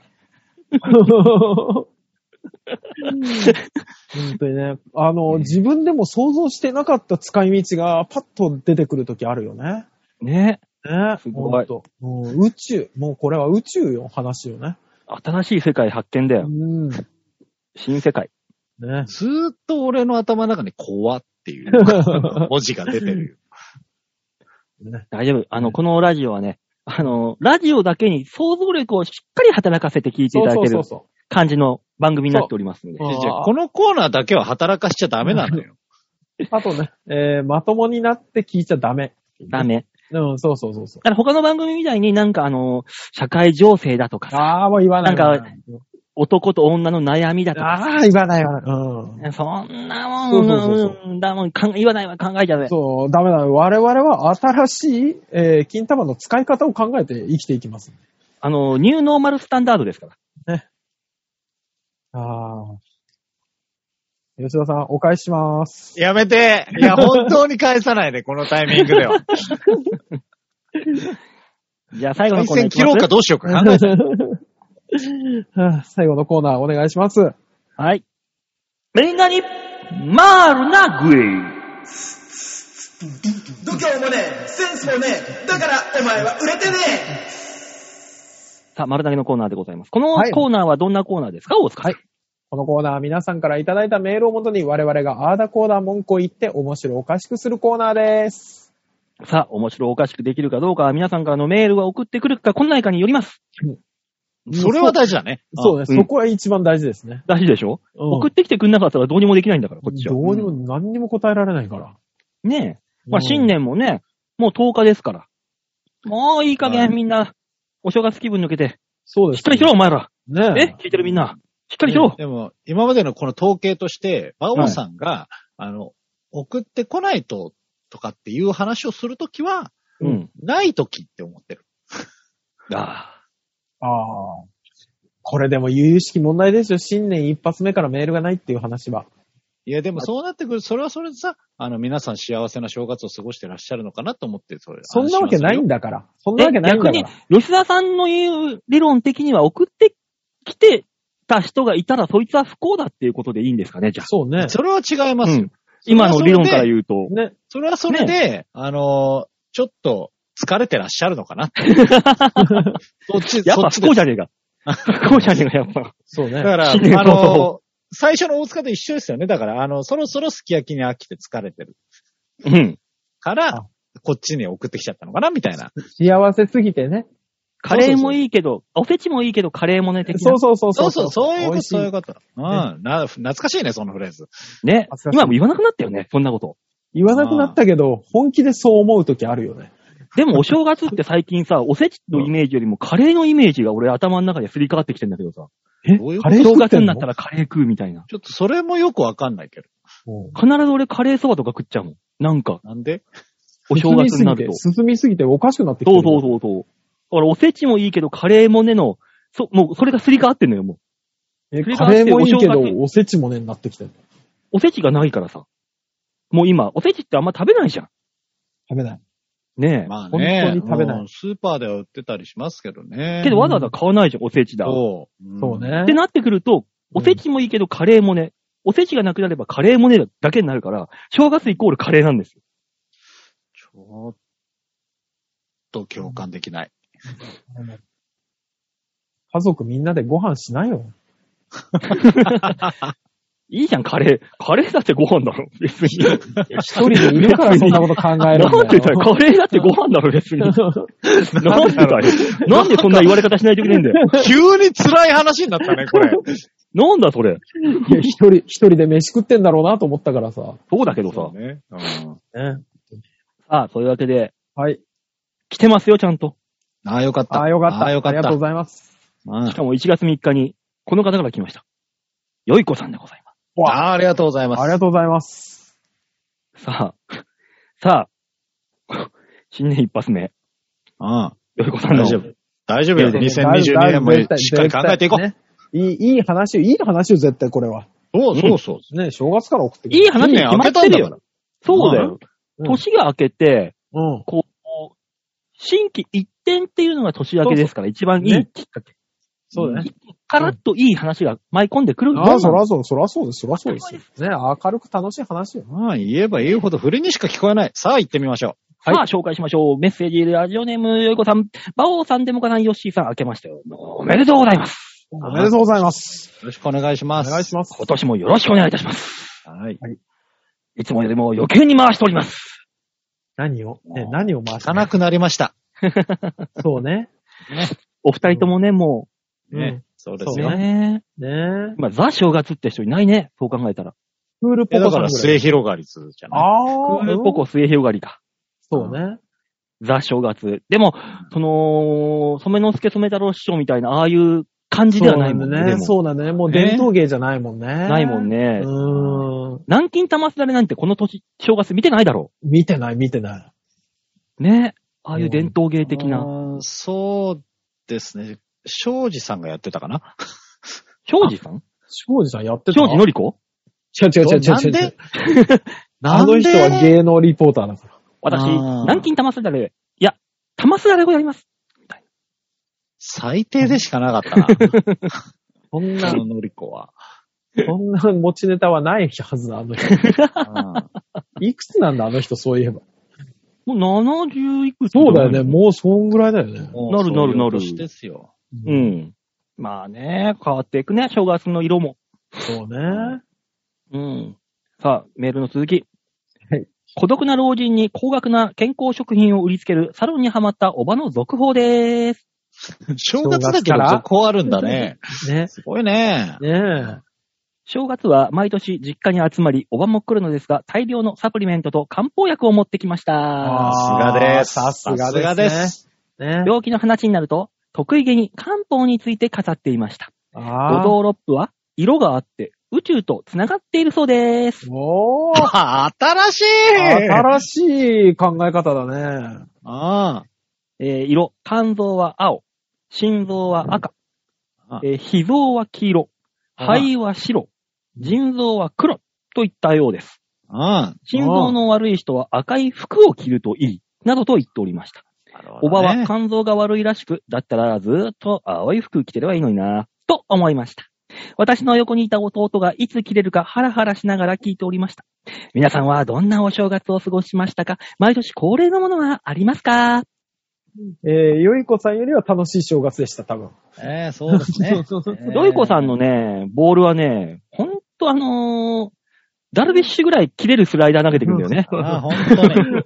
C: 本当にね、あの、自分でも想像してなかった使い道がパッと出てくるときあるよね。
B: ね
C: ね
B: すごい
C: 本当もう宇宙、もうこれは宇宙よ、話よね。
B: 新しい世界発見だ
C: う
B: よ。
C: ん。 ね。
B: 新世界。
A: ずーっと俺の頭の中に怖っていう文字が出てるよ。
B: 大丈夫。あの、このラジオはね、あの、ラジオだけに想像力をしっかり働かせて聞いてい
C: そ
B: た
C: う
B: だ
C: そ
B: け
C: うそ
B: る
C: うそ
B: 感じの番組になっておりますので
C: う。。
A: じゃあじゃあ
C: あ
A: このコーナーだけは働かしちゃダメなのよ。
C: あとね、えーまともになって聞いちゃダメ。
B: ダメ。
C: うん、そうそうそうそう。
B: だから他の番組みたいになんかあの、社会情勢だとかさ、
C: ああ、もう言わない。
B: なんか男と女の悩みだとか
C: ああ、言わない、言わない。う
B: さ、
C: ん。
B: そんなもん、
C: そうそうそう
B: うんだもん、考え言わないわ、考えちゃうぜ。
C: そう、ダメだ。我々は新しい、えー金玉の使い方を考えて生きていきます。
B: あの、ニューノーマルスタンダードですから。
C: ああ。吉田さん、お返しします。
A: やめていや、本当に返さないで、このタイミングで は。
B: じゃあ最後のコーナー
A: 回線
B: いき
A: 切
B: ま
A: ろう
B: す
A: かどうしようか考えて。
C: はあ 最後のコーナーお願いします。
B: はい。みんなに、マールなグイ。
D: 度胸もねえセンスもねえだからお前は売れてねえ
B: さあ、丸投げのコーナーでございます。この
C: はい
B: コーナーはどんなコーナーですか、大塚さん。
C: このコーナーは皆さんからいただいたメールをもとに我々がアーダコーナー文句を言って面白おかしくするコーナーです。
B: さあ、面白おかしくできるかどうかは、皆さんからのメールは送ってくるか来ないかによります。
A: それは大事だね。
C: そうね、
B: うん
C: そこが一番大事ですね。
B: 大事でしょ、
C: うん
B: 送ってきてくんなかったらどうにもできないんだから、こっち
C: ど
B: は。
C: うにも何にも答えられないから。
B: ねえ。まあ、
C: うん
B: 新年もね、もう10日ですから。もういい加
A: は
B: 減みんな、お正月気分抜けて、
C: そうで
B: しっ
C: す
B: かりしろ、お前ら。
C: ね。
B: え聞いてるみんな。しっかりしろ。
A: でも、今までのこの統計として、馬王さんが、あの、送ってこないと、とかっていう話をするときは、
B: うん。
A: ないときって思ってる。
B: あ
C: ああ。これでも悠々しき問題ですよ。新年一発目からメールがないっていう話は。
A: いや、でもそうなってくる、それはそれでさ、あの、皆さん幸せな正月を過ごしてらっしゃるのかなと思って、それ。
C: そんなわけないん
A: だ。
C: だから。そん
B: あ。
C: な
B: え
C: わけないん
B: 逆
C: だ
B: に
C: か、
B: 吉田さんの言う理論的には送ってきてた人がいたら、そいつは不幸だっていうことでいいんですかね、じゃ
C: ら。そうね。
A: それは違いますよ。
B: うん今の理論から言うと。
C: ね。
A: それはそれで、あの、ちょっと疲れてらっしゃるの かなって。そっち、
B: やっ
A: そ
B: ぱ
A: っち
B: 不
A: で
B: 幸じゃねえか。不幸じゃねえか、やっぱ。
C: そう
A: だ
C: ね。
A: から、
B: 死ぬよ
A: あの、最初の大塚と一緒ですよね。だから、あの、そろそろすき焼きに飽きて疲れてる
B: うん。
A: から、こっちに送ってきちゃったのかなみたいな。
C: 幸せすぎてね。
B: カレーもいいけど、おせちもいいけど、カレーもね、的
C: そ
B: な
C: う。そうそう
A: そうそう、そう
C: 美
A: いうこと、
C: 味し
A: そういうこと。うん。な、懐かしいね、そのフレーズ。
B: ね
C: 懐か。しい
B: 今も言わなくなったよね、そんなこと。
C: 言わなくなったけど、本気でそう思うときあるよね。
B: でもお正月って最近さ、おせちのイメージよりもカレーのイメージが俺頭の中ですり替わってきてんだけどさ。
C: え
A: どういうこ
C: カ
A: と
C: レー
B: 正
C: 作っ
B: 月
C: てん
B: に
C: の
B: なったらカレー食うみたいな。
A: ちょっとそれもよくわかんないけど。
C: うん
B: 必ず俺カレーそばとか食っちゃうもん。なんか、
A: なんで
B: お正月になると。
C: 進みすぎて進みすぎておかしくなってきて
B: そ
C: る。
B: うそうそうそう。だからおせちもいいけど、カレーもねの、そ、もうそれがすり替わってんのよ、もう。
C: え
B: 繰り返して
C: カレーもいいけ
B: お
C: ど
B: 正月、
C: おせちもね、なってきてる。
B: おせちがないからさ。もう今、おせちってあんま食べないじゃん。
C: 食べない。
B: ねえ。
A: まあね。
C: 本当に食べない
A: うんスーパーでは売ってたりしますけどね。
B: けどわざわざ買わないじゃん、おせちだ。っ
A: そう。ん
C: そう。ね
B: て。なってくると、おせちもいいけどカレーもね、おせちがなくなればカレーもねだけになるから、正月イコールカレーなんですよ。
A: ちょっと共感できない。
C: 家族みんなでご飯しないよ。
B: いいじゃん、カレー。カレーだってご飯だろ、別に。
C: 一人でいるからそんなこと考えるんだ
B: な
C: よ。
B: んでだよ、カレーだってご飯だろ、別に。なんでだよ。なんでそんな言われ方しないといけないんだ よ。
A: 急に辛い話になったね、これ。
B: なんだそれ。
C: いや、一人、一人で飯食ってんだろうなと思ったからさ。
B: そうだけどさ
A: そ。うね。うん
C: ね。
B: ああ、そういうわけで、
C: はい。
B: 来てますよ、ちゃんと。
A: ああ、よかった。
C: ああ、よかった。
A: ああ、よか
C: あ
A: っ
C: りがと
A: た
C: うご。ざいます。
A: うん
B: しかも1月3日に、この方から来ました。よいこさんでございま
A: ああ、ありがとうございます。
C: ありがとうございます。
B: す。さあ、さあ、新年一発目、
A: うん。
B: よいこさんの
A: 大丈夫。大丈夫よ。
B: いや
A: 2022年も
C: 絶対
A: しっかり考えていこう。
C: 絶対ねいい、いい話、いい話よ、絶対これは。
A: そうそうそう。
C: ね、正月から送ってくる
B: いい話
A: 新
B: に
A: 年
B: 決
A: 明
B: ま
A: け
B: った
A: ん
B: てる
A: だか
B: よ。そうだよ。
C: うん
B: 年が明けて、
C: うん。
B: こう、新規一点っていうのが年明けですから、一番いいきっかけ。
C: そうだね。
B: カラッといい話が舞い込んでくるもん
C: あ
B: な
C: あ、
B: ん
C: そ
B: だ
C: らそう、そらそうです、そらそうですよ。ね、明るく楽しい話よ。
A: まあ、言えば言うほど振りにしか聞こえない。さあ、行ってみましょ
B: さあ、紹介しましょう。メッセージ、ラジオネーム、よいこさん、バオさん、デモカさん、ヨッシーさん、明けましておおめでとうございます。
A: う。
C: おめでとうございます。
A: よろしくお願いし
C: お
A: ます。
C: 願いします。
B: 今年もよろしくお願いいたします。
A: はい。
B: いつもよりも余計に回しております。
C: 何を、ね、何を回
A: 行
C: し
A: かなくなりました。
C: そうね。
B: お二人ともね、も
A: ね。そうです
B: う、
A: よ。
B: ね。
C: ねえ。
B: 今、ザ正月って人いないね。そう考えたら。
C: クールポ
A: え、
C: コさ
A: だ
C: ん
A: から
C: ぐらい。
A: 末広がりつじゃない。
C: あ
B: ク
C: あ、
B: ールポコ末広がりか。
C: そうね。
B: ザ正月。でも、その、染之助染太郎師匠みたいな、ああいう感じではないもんね。でも
C: そうだね。もう伝統芸じゃないもんね。
B: ないもんね。
C: ね。うーん。
B: 南京玉すだれなんてこの年、正月見てないだろ
C: 見てない、見てな
B: う。ね。ああいう伝統芸的
A: あ
B: な。
A: ー。そうですね。庄司さんがやってたかな
B: 庄司さん
C: い。庄司さんやってた
B: 庄司のり子
C: 違う 違う違う違う違う。あ
A: なんでなんで
C: の人は芸能リポーターだから。
B: 私、
A: あー
B: 南京玉すだれ、いや、玉すだれをやります。
A: 最低でしかなかったな。
C: そんな
A: あ、ののりこは。
C: そんな持ちネタはないはずだ、あの 人。
A: う
C: いくつなんだ、あの人、そういえば。
B: もう70いくつ
C: そうだよね。もうそんぐらいだよね。
A: ん
B: なるなるなる
A: そういう年ですよ。
B: う。ん。まあね、変わっていくね、正月の色も。
C: そうね。
B: うん。さあ、メールの続き。
C: はい。
B: 孤独な老人に高額な健康食品を売りつけるサロンにハマったおばの続報でーす。
A: 正月だけ
C: 正
A: ど
C: 月から
A: 続行あるんだね。
C: ね。
A: すごいね。
C: ね
B: 正月は毎年実家に集まり、おばも来るのですが、大量のサプリメントと漢方薬を持ってきました
C: あー。
A: さすがです。
C: さすがですね
A: です。
C: え。ね
B: 病気の話になると、得意げに漢方について語っていました。
C: あ
B: 五
C: ー
B: 道ロップは色があって、宇宙と繋がっているそうです。
C: おー。
A: 新しい
C: 新しい考え方だね。
A: あ
B: えー色、肝臓は青、心臓は赤、
A: あ
B: えー脾臓は黄色、肺は白、腎臓は黒といったようです。
A: あ。うん。
B: 心臓の悪い人は赤い服を着るといい、などと言っておりました。おばは肝臓が悪いらしく、だったらずーっと青い服着てればいいのにな、と思いました。私の横にいた弟がいつ着れるかハラハラしながら聞いておりました。皆さんはどんなお正月を過ごしましたか毎年恒例のものはありますか
C: えー、よいこさんよりは楽しい正月でした、多分。
A: ええ、そうで すね。
B: ロイコさんのね、ボールはね、ほんとあのーダルビッシュぐらい切れるスライダー投げてくるんだよね。
A: ああ、ほんとね。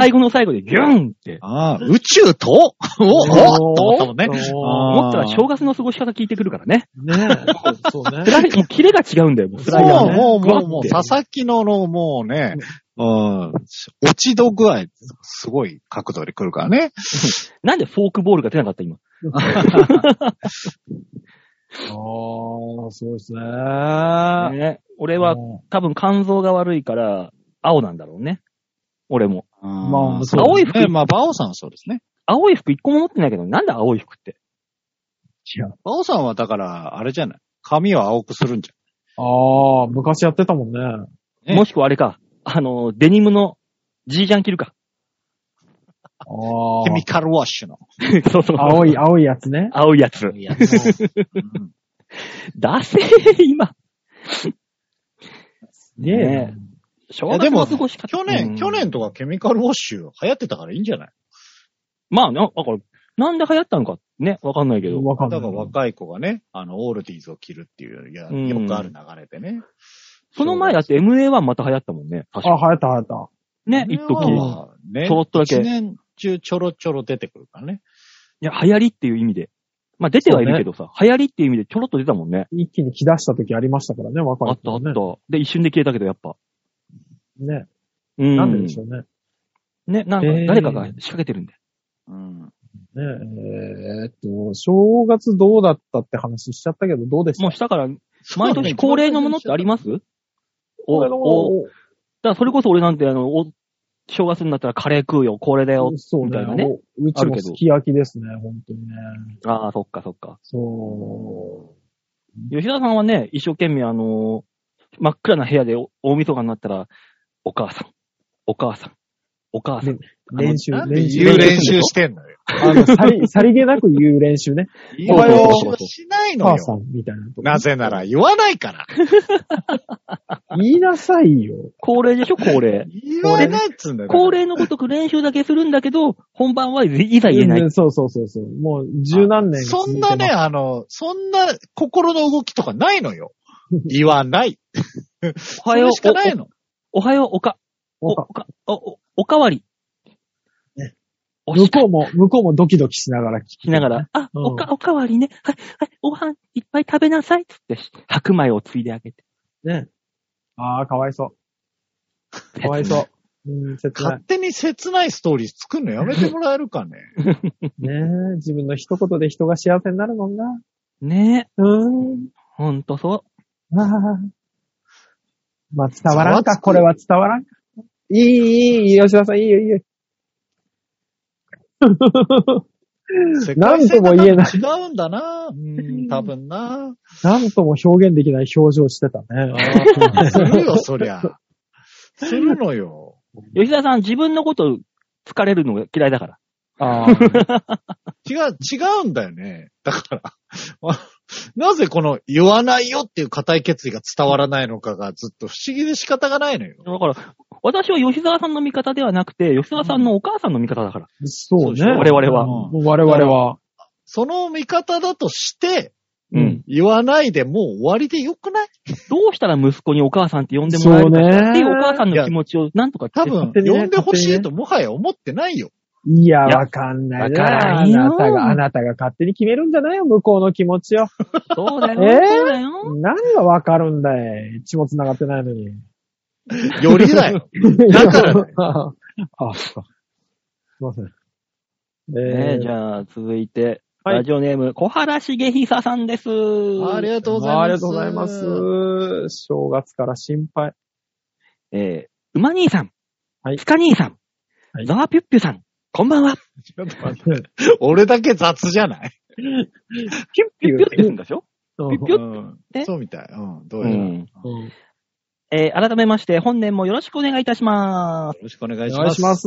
B: 最後の最後でギューンって。
A: ああ、宇宙とおおと思ったもんね。
C: おー
B: 思ったら正月の過ごし方聞いてくるからね。
C: ねえ。そうね
B: ス。ライもうキレが違うんだよ、もうス
A: そ
B: ライダー
A: う、
B: ね。
A: もう、もう、
B: グ
A: も
B: ワッ
A: う、
B: て
A: 佐々木のの、もうね、うん、落ち度具合、すごい角度で来るからね。
B: なんでフォークボールが出なかった今。
C: あー、そうですね。
B: ね、俺は多分肝臓が悪いから、青なんだろうね。俺も。
A: ま
C: あ
B: 青い服
A: まあ、馬王さんはそうですね。
B: 青い服一個も持ってないけど、なんだ青い服って。
A: 馬王さんはだから、あれじゃない髪を青くするんじ
C: あー、昔やってたもんね。
A: え
B: もしくはあれか。あの、デニムのジージャン着るか。
C: あ
A: ゃん。
C: ー
A: ケミカルワッシュの。
B: そうそう。
C: 青い、。青いやつね。
B: 青いやつ。
A: いや、うん
B: だせえ、今。ね
C: ね
B: え。正
A: いや
B: 月
A: で
B: の
A: も、
B: 過ごし方。
A: 去
B: うん
A: 年、去年とかケミカルウォッシュ流行ってたからいいんじゃない
B: まあ、な、だから、なんで流行ったのかね、わかんないけ
C: え。
B: ど。
C: わか
A: だ
C: ん
A: か
C: な
A: ら
C: い。
A: 若い子がね、あの、オールディーズを着るっていう、や
B: うん
A: よくある流れでね。
B: その前だって MA1 また流行ったもんね。確か
C: あ、生えた生えた。
B: に。ね、一時。い
A: まあね、
B: ちょろっとだけ
A: 一年中ちょろちょろ出てくるからね。
B: や、流行りっていう意味で。まあ、出てはいるけどさ、流行りっていう意味でちょろっと出たもんね。
C: 一気に着出した時ありましたからね、若い、
B: あ
C: ね。
B: ったあった。で、一瞬で消えたけど、やっぱ。
C: ね。
B: うん。
C: なんででしょうね。
B: ね、なんか
C: えー
B: 誰かが仕掛けてるんで。
A: うん。
C: ねえーっと、正月どうだったって話しちゃったけど、どうでした
B: もうしたから、毎年恒例のものってありますお、
C: 俺の
B: お、だからそれこそ俺なんて、あの、お、正月になったらカレー食うよ、恒例だよ。
C: そう
B: みたいな
C: ね
B: ね
C: おうち
B: あ
C: も
B: るけど
C: すき焼きですね、本当にね。
B: ああ、そっかそっか。
C: そ
B: 吉田さんはね、一生懸命あのー真っ暗な部屋でお大晦日になったら、お母さん、お母さん、お母さん。
C: 練習、
A: なんで
C: 練習。
A: 言う練習してんのよ。
C: あの、さり、さりげなく言う練習ね。
A: 言う練習はしないの
C: 母
A: よ。
C: さんみたいなとこ
A: なぜなら言わないから。
C: 言いなさいよ。
B: 恒例でしょ、恒例。
A: 言わないっつうんだよ。
B: 恒例のごとく練習だけするんだけど、本番はいいざ言え
C: 全
B: ない。
C: 然そうそうそうそう。もう十何年
A: そんなね、あの、そんな心の動きとかない のよ。言わない。
B: おはよう
A: それしかないの。
B: お、おはよう、おか、お、
C: お
B: おか、お、おおかわり。お
C: 向
B: し
C: こうも、向こうもドキドキしながら聞
B: しながら、あ、
C: うん
B: おか、おかわりね。はい、はい、ご飯いっぱい食べなさい。つって、白米をついであげて。
C: ああ、かわいそう。かわいそう。うん、切な
A: 勝手に切ないストーリー作るのやめてもらえるかね。
C: い。ねえ、自分の一言で人が幸せになるもんな。
B: ねえ、
C: うーん。
B: ほんとそ
C: ああ。まあ、伝わらんか。これは伝わらんか。いい、いい、いい、吉田さん、いいよ、いいよ。なんとも言えない
A: 世界線が違うんだな。うん、多 分な。
C: なんとも表現できない表情してたね。
A: するよ、そりゃ。するのよ。
B: う。吉田さん、自分のこと疲れるのが嫌いだから。
C: ああ。
A: 違う、違うんだよね。だから、 あなぜこの言わないよっていう固い決意が伝わらないのかがずっと不思議で仕方がないのよ。
B: だから、私は吉沢さんの味方ではなくて、吉沢さんのお母さんの味方だから。
C: そうね。
B: 我々は。
A: は
C: 我々は。
A: その見方だとして、
B: うん。
A: 言わないでもう終わりでよくない
B: どうしたら息子にお母さんって呼んでもらえるかっていうお母さんの気持ちをなんとか
A: 多分、
C: 手にね
A: 呼んでほしいともはや思ってないよ。
C: いや、
B: いや
C: わかんな
B: わ
C: い
B: から
C: な。
B: ん
C: あ
B: よ
C: なたが、あなたが勝手に決めるんじゃないよ、向こうの気持ちを。
B: そうだよ、
C: えー
B: そうだよ。
C: 何がわかるんだい。血も繋がってないのに。
A: より だよ。だからね
C: あ、そうか。すいません。
B: ね
C: え
B: え、じ
C: ゃ
B: ゃあ続いて、
C: はい
B: ラジオネーム、小原茂久さんです。
A: ありがとうございます。
C: ありがとうございます。正月から心配。
B: えー、馬兄さん、
C: はい
B: スカ兄さん、
C: はい
B: ザワピュッピュさん、こんばんは。
A: ちょっと待って 俺だけ雑じゃない
C: ピュッ
B: ピュッピュって言うん
C: だ。
B: でしょ
C: うん
B: ピュッ
A: うんそうみたい。うん、どう
B: う
A: やら。よ
B: ん。
C: うん
B: えー、改めまして、本年もよろしくお願いいたします。
A: ろしくお願い
C: お
A: し
C: 願
A: ま
C: い
A: す。
C: します。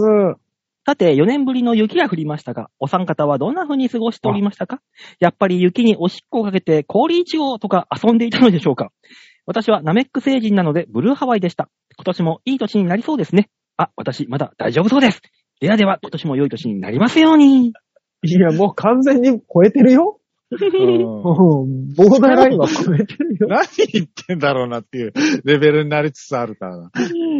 B: さて、4年ぶりの雪が降りましたが、お三方はどんな風に過ごしておりましたかやっぱり雪におしっこをかけて氷いちごとか遊んでいたのでしょうか私はナメック星人なのでブルーハワイでした。今年もいい年になりそうですね。あ、私まだ大丈夫そうです。ではでは、今年も良い年になりますように。
C: いや、もう完全に超えてるよ。
A: うん
C: うんボーダーラインは超えてるよ。
A: 何言ってんだろうなっていうレベルになりつつあるからな。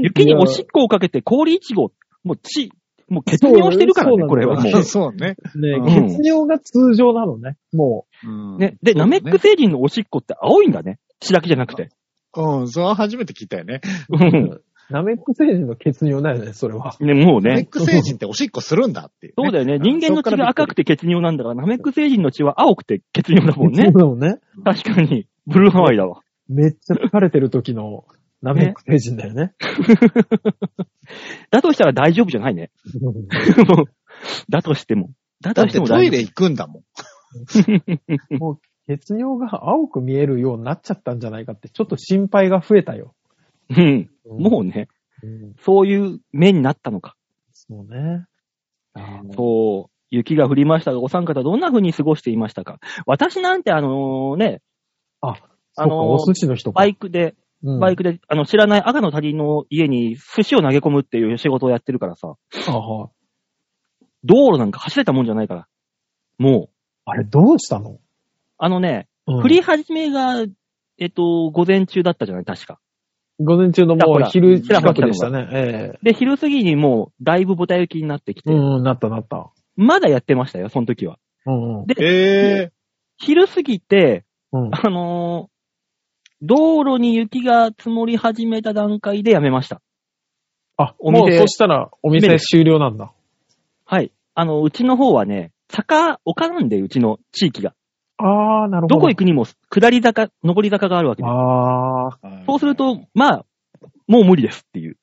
B: 雪におしっこをかけて氷いちご、もう血、もう血尿してるから
C: そう
B: ね、
C: なんだ
B: これはもう。
A: そうね。
C: ね
B: うん
C: 血尿が通常なのね。も
A: うん
B: ね、で、ナメック星人のおしっこって青いんだね。白木じゃなくて。
A: うん、それは初めて聞いたよね。
B: うん
C: う、ナメック星人の血尿だよね、それは。
B: ね、もう
A: ナメ
B: ね
A: ッ。ク星人っておしっこするんだっていう、
B: そう
A: ね。
B: だよね。人間の血が赤くて血尿なんだから、ナメック星人の血は青くて血尿だもん
C: そ
B: ね
C: う。だもんね。
B: 確かに。ブルーハワイだわ。
C: めっちゃ疲れてる時のナメック星人だよね。
B: だとしたら大丈夫じゃないね。 もうだとしても。だ
A: だ
B: と
A: っ
B: して
A: て
B: も
A: ト
B: 大
A: イ
B: 丈
A: レ行くんだもん。
C: 血尿が青く見えるようになっちゃったんじゃないかって、ちょっと心配が増えたよ。
B: 夫。うん。もうね、
C: うん。
B: そういう目になったのか。
C: そうね。
B: そう。雪が降りましたが、お三方どんな風に過ごしていましたか私なんてあのね、あ
C: そ
B: の
C: っ
B: ー
C: か、お寿司の人か
B: バ。イクで、
C: うん
B: バイクで、あの、知らない赤の他人の家に寿司を投げ込むっていう仕事をやってるからさ、
C: あは
B: 道路なんか走れたもんじゃないから。もう、
C: あれ、どうしたの
B: あのね、
C: うん
B: 降り始めが、えっと、午前中だったじゃない、確か。
C: 午前中の
B: ほ
C: もう
B: ら
C: 昼近くでしたね。え
B: で、昼過ぎにもう、だいぶボタ雪になってきて、
C: え。うん、なったなった。
B: まだやってましたよ、その時は。
C: うんうん。
A: ええ
B: 昼過ぎて、
C: うん。
B: あのー道路に雪が積もり始めた段階でやめました。
C: あ、
B: お
C: も
B: 店
C: うそしたらお店終了なんだ。
B: はい。あの、うちの方はね、坂、丘なんで、うちの地域が。
C: ああ、なるほど。
B: どこ行くにも、下り坂、上り坂があるわけです。
C: ああ、
B: そうすると、まあ、もう無理ですっていう。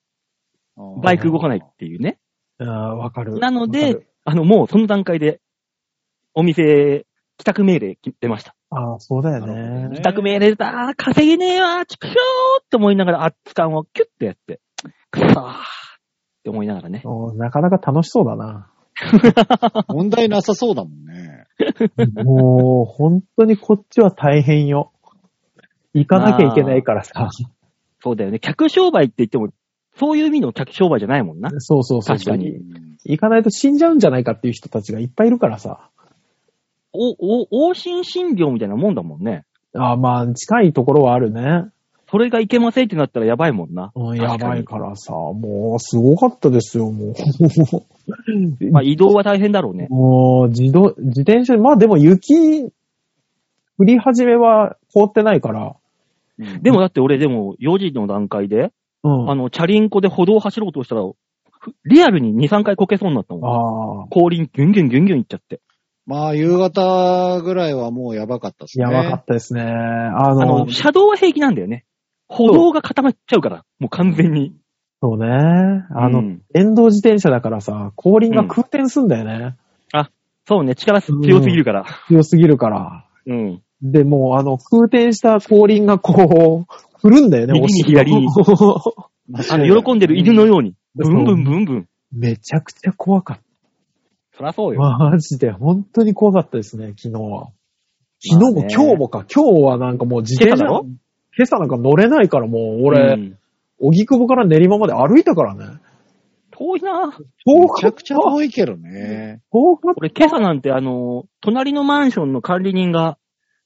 B: バイク動かない
A: あ
B: っていうね。
C: ああわかる。
B: なの
C: わか
B: で
C: る、、
B: あの、もうその段階で、お店、帰宅命令出ました。
C: ああ、そうだよ
A: なるほどね
C: ね。
B: 帰宅命令出た、あー稼げねえわ、ちくしょーって思いながら、圧感をキュッとやって、くそーっって思いながらね。
C: おなかなか楽しそうだな。
A: 問題なさそうだもんね。
C: もう、本当にこっちは大変よ。行かなきゃいけないからさ。
B: そうだよね。客商売って言っても、そういう意味の客商売じゃないもんな。
C: そうそうそう。
B: 確か
A: う
B: に。
A: ん
C: 行かないと死んじゃうんじゃないかっていう人たちがいっぱいいるからさ。
B: お、お、往診診療みたいなもんだもんね。
C: ああ、まあ、近いところはあるね。
B: それがいけませんってなったらやばいもんな。
C: うん、や
B: 確か
C: ば
B: に
C: いからさ、もう、すごかったですよ、もう。
B: まあ移動は大変だろうね。
C: もう、自動、自転車、まあでも雪、降り始めは凍ってないから、
B: でもだって俺でも4時の段階で、
C: うん。
B: あ
C: あ
B: の、チャリンコで歩道を走ろうとしたら、ふリアルに2、3回こけそうになったもん。
C: あ、
B: 後輪ギュンギュンギュンギュンいっちゃって。
A: まあ、夕方ぐらいはもうやばかったですね。
C: やばかったですね。あ
B: あ
C: の
B: の、、車道は平気なんだよね。歩道が固まっちゃうから、もう完全に。
C: そうね。あの、
B: うん
C: 電動自転車だからさ、後輪が空転すんだよね。
B: そうね、力強すぎるから。
C: 強すぎるから。
B: うん。
C: で、もうあの、空転した後輪がこう、振るんだよね、
B: 右に
C: お尻が
B: 左にあの、喜んでる犬のように、ブンブンブンブン。
C: めちゃくちゃ怖かっ
B: そらそう
C: た。
B: よ。
C: マジで、本当に怖かったですね、昨日は。昨日も
B: まあね
C: 今日もか、今日はなんかもう自転
B: 今朝
C: 車、
B: だろ
C: 今朝なんか乗れないからもう俺、
B: うん
C: 荻窪から練馬まで歩いたからね。
B: 遠いな
C: 遠
A: めち
C: か
A: ゃ
C: っ
A: くち
C: た
A: ゃ。遠いけどね。
C: 遠かっ
B: 俺、今朝なんて、あの、隣のマンションの管理人が、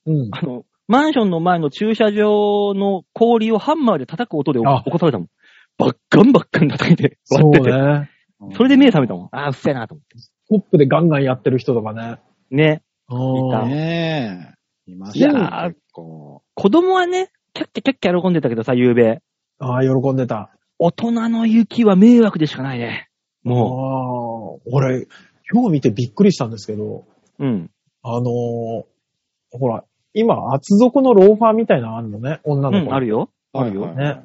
C: た。うん。
B: あの、マンションの前の駐車場の氷をハンマーで叩く音で起
C: あ
B: 起こされたもん。バッカンバッカン叩いて、
C: そう
B: 割ってて。そ,、
C: ね。
B: れで目覚めたもん。ああ、うっせえなと思って。
C: トップでガンガンやってる人とかね。
B: ね。
C: うん
B: いた
A: ねえ。いました
B: いやー
A: ね、結構。
B: 子供はね、キャッキャキャッキャ喜んでたけどさ、夕べ。
C: ああ、喜んでた。
B: 大人の雪は迷惑でしかないね。
C: ああ
B: も
C: 俺、今日見てびっくりしたんですけど、
B: う。うん。
C: あのーほら、今、厚底のローファーみたいなのあるのね、女
B: う
C: の
B: ん、
C: 子。
B: あるよ。
A: あ
B: るよ
C: ね。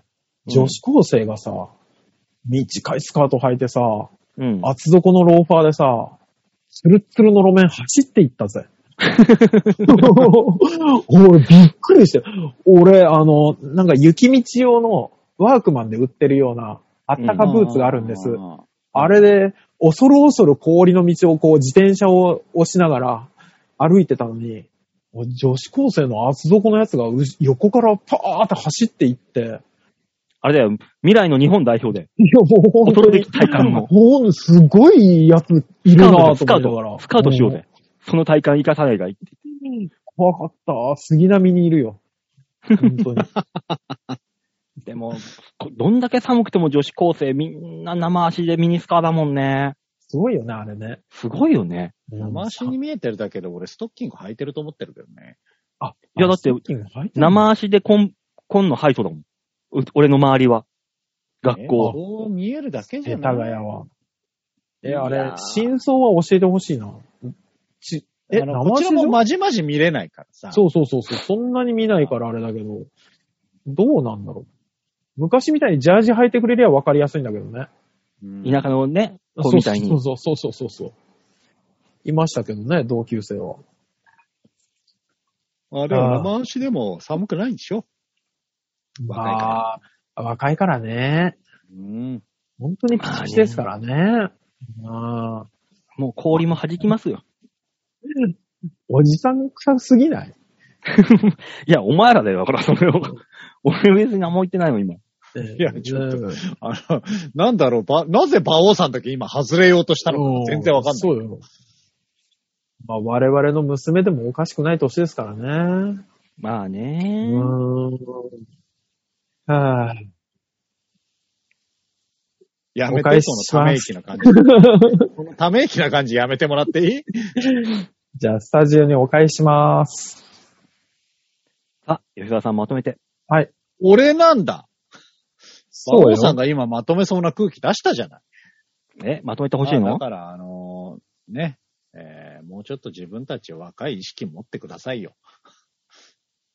C: 女子高生がさ、短いスカート履いてさ、
B: うん。
C: 厚底のローファーでさ、ツルッツルの路面走っていったぜ。俺びっくりして。俺、あの、なんか雪道用のワークマンで売ってるようなあったかブーツがあるんです。あれで、恐る恐る氷の道をこう自転車を押しながら歩いてたのに、女子高生の厚底のやつがう横からパーって走っていって、
B: あれだよ。未来の日本代表で。
C: いや、もう本
B: 恐
C: 当
B: るべ
C: に
B: き体幹の。
C: ほんとすごいやつい
B: ス
C: る
B: カ
C: な
B: ウ
C: ぁ
B: トだス
C: と思
B: カウ
C: いなが
B: ト
C: ら。。
B: スカウトしよう
C: ん
B: ぜ。。その体幹生かさないがいい。
C: 怖かった。杉並にいるよ。本当に。
B: でも、こどんだけ寒くても女子高生みんな生足でミニスカだもんね。
C: すごいよね、あれね。
B: すごいよね。
A: 生足に見えてるだけで俺ストッキング履いてると思ってるけどね。
C: あ、
B: いやだって
C: あストッキング履いてんの
B: 生足で紺、紺のハイソだもん。う俺の周りは。学校。
A: こう見えるだけじゃ
C: 世
A: な
C: 田
A: い。
C: 谷は。え、あ
B: いや
C: れ
B: ー、
C: 真相は教えてほしいな。ちえ、
A: あ
C: 生
A: のこ
C: 足
A: ちら
C: でし
A: も
C: ょ
A: まじまじ見れないからさ。
C: そうそうそうそう。そんなに見ないからあれだけど、どうなんだろう。昔みたいにジャージ履いてくれりゃ分かりやすいんだけどね。
A: うん。
B: 田舎のね、子みたいに。
C: そうそうそうそうそうそう。いましたけどね、同級生は。
A: あれは生足でも寒くないんでしょ若いから
C: まあ、若いからね。
A: うん。
C: 本当にピチピチですからね。ああ。
B: もう氷も弾きますよ。
C: おじさん臭すぎない
B: いや、お前らだよ、だからそれを。 俺別に何も言ってないの、今。
C: い
A: やちょっとあの、なんだろう、ば、なぜ馬王さんだけ今外れようとしたのか全然わかんない。
C: そうよ。まあ、我々の娘でもおかしくない年ですからね。
B: まあ
C: う
B: ね。
C: ーん。はい。
A: やめ
C: お
A: て、
C: 返し
A: その
C: したます
A: め息な感じ。 このため息な感じやめてもらっていい
C: じゃあ、スタジオにお返しします。
B: あ、吉沢さんまとめて。
A: 俺なんだ。馬
C: そう
A: 王さん
C: よ。
A: が今まとめそうな空気出したじゃない。
B: え、まとめてほしい
A: まあ
B: の
A: だから、あのーね、えーもうちょっと自分たち若い意識持ってくださいよ。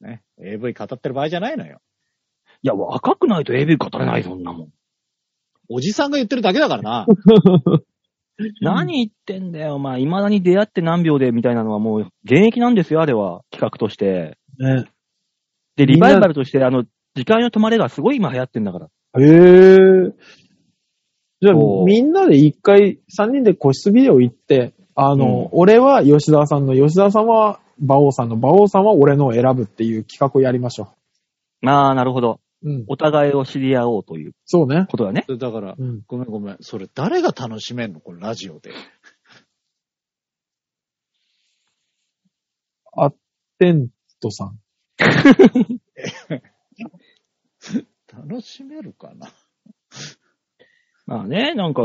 A: ね、AV 語ってる場合じゃないのよ。
B: いや、若くないと AV 語れない、そんなもん。
A: おじさんが言ってるだけだか らな。
B: 何言ってんだよ、まあ、未だに出会って何秒でみたいなのはもう、現役なんですよ、あれは、企画として。
C: ね、
B: で、
C: み
B: リ
C: んな
B: バイバルとして、あの、時間よ止まれがすごい今流行ってんだから。
C: へえ。じゃあ
B: おー
C: みんなで一回、三人で個室ビデオ行って、あ
B: う
C: の、
B: ん
C: 俺は吉沢さんの、吉沢さんは馬王さんの、馬王さんは俺のを選ぶっていう企画をやりましょ
B: まあ、なるほど。
C: う。うん。
B: お互いを知り合おうという
C: そうね。
B: ことだね。
A: だから、
C: うん。
A: ごめんごめん。それ誰が楽しめんのこのラジオで。
C: テントさん。
A: 楽しめるかな
B: まあね、なんか、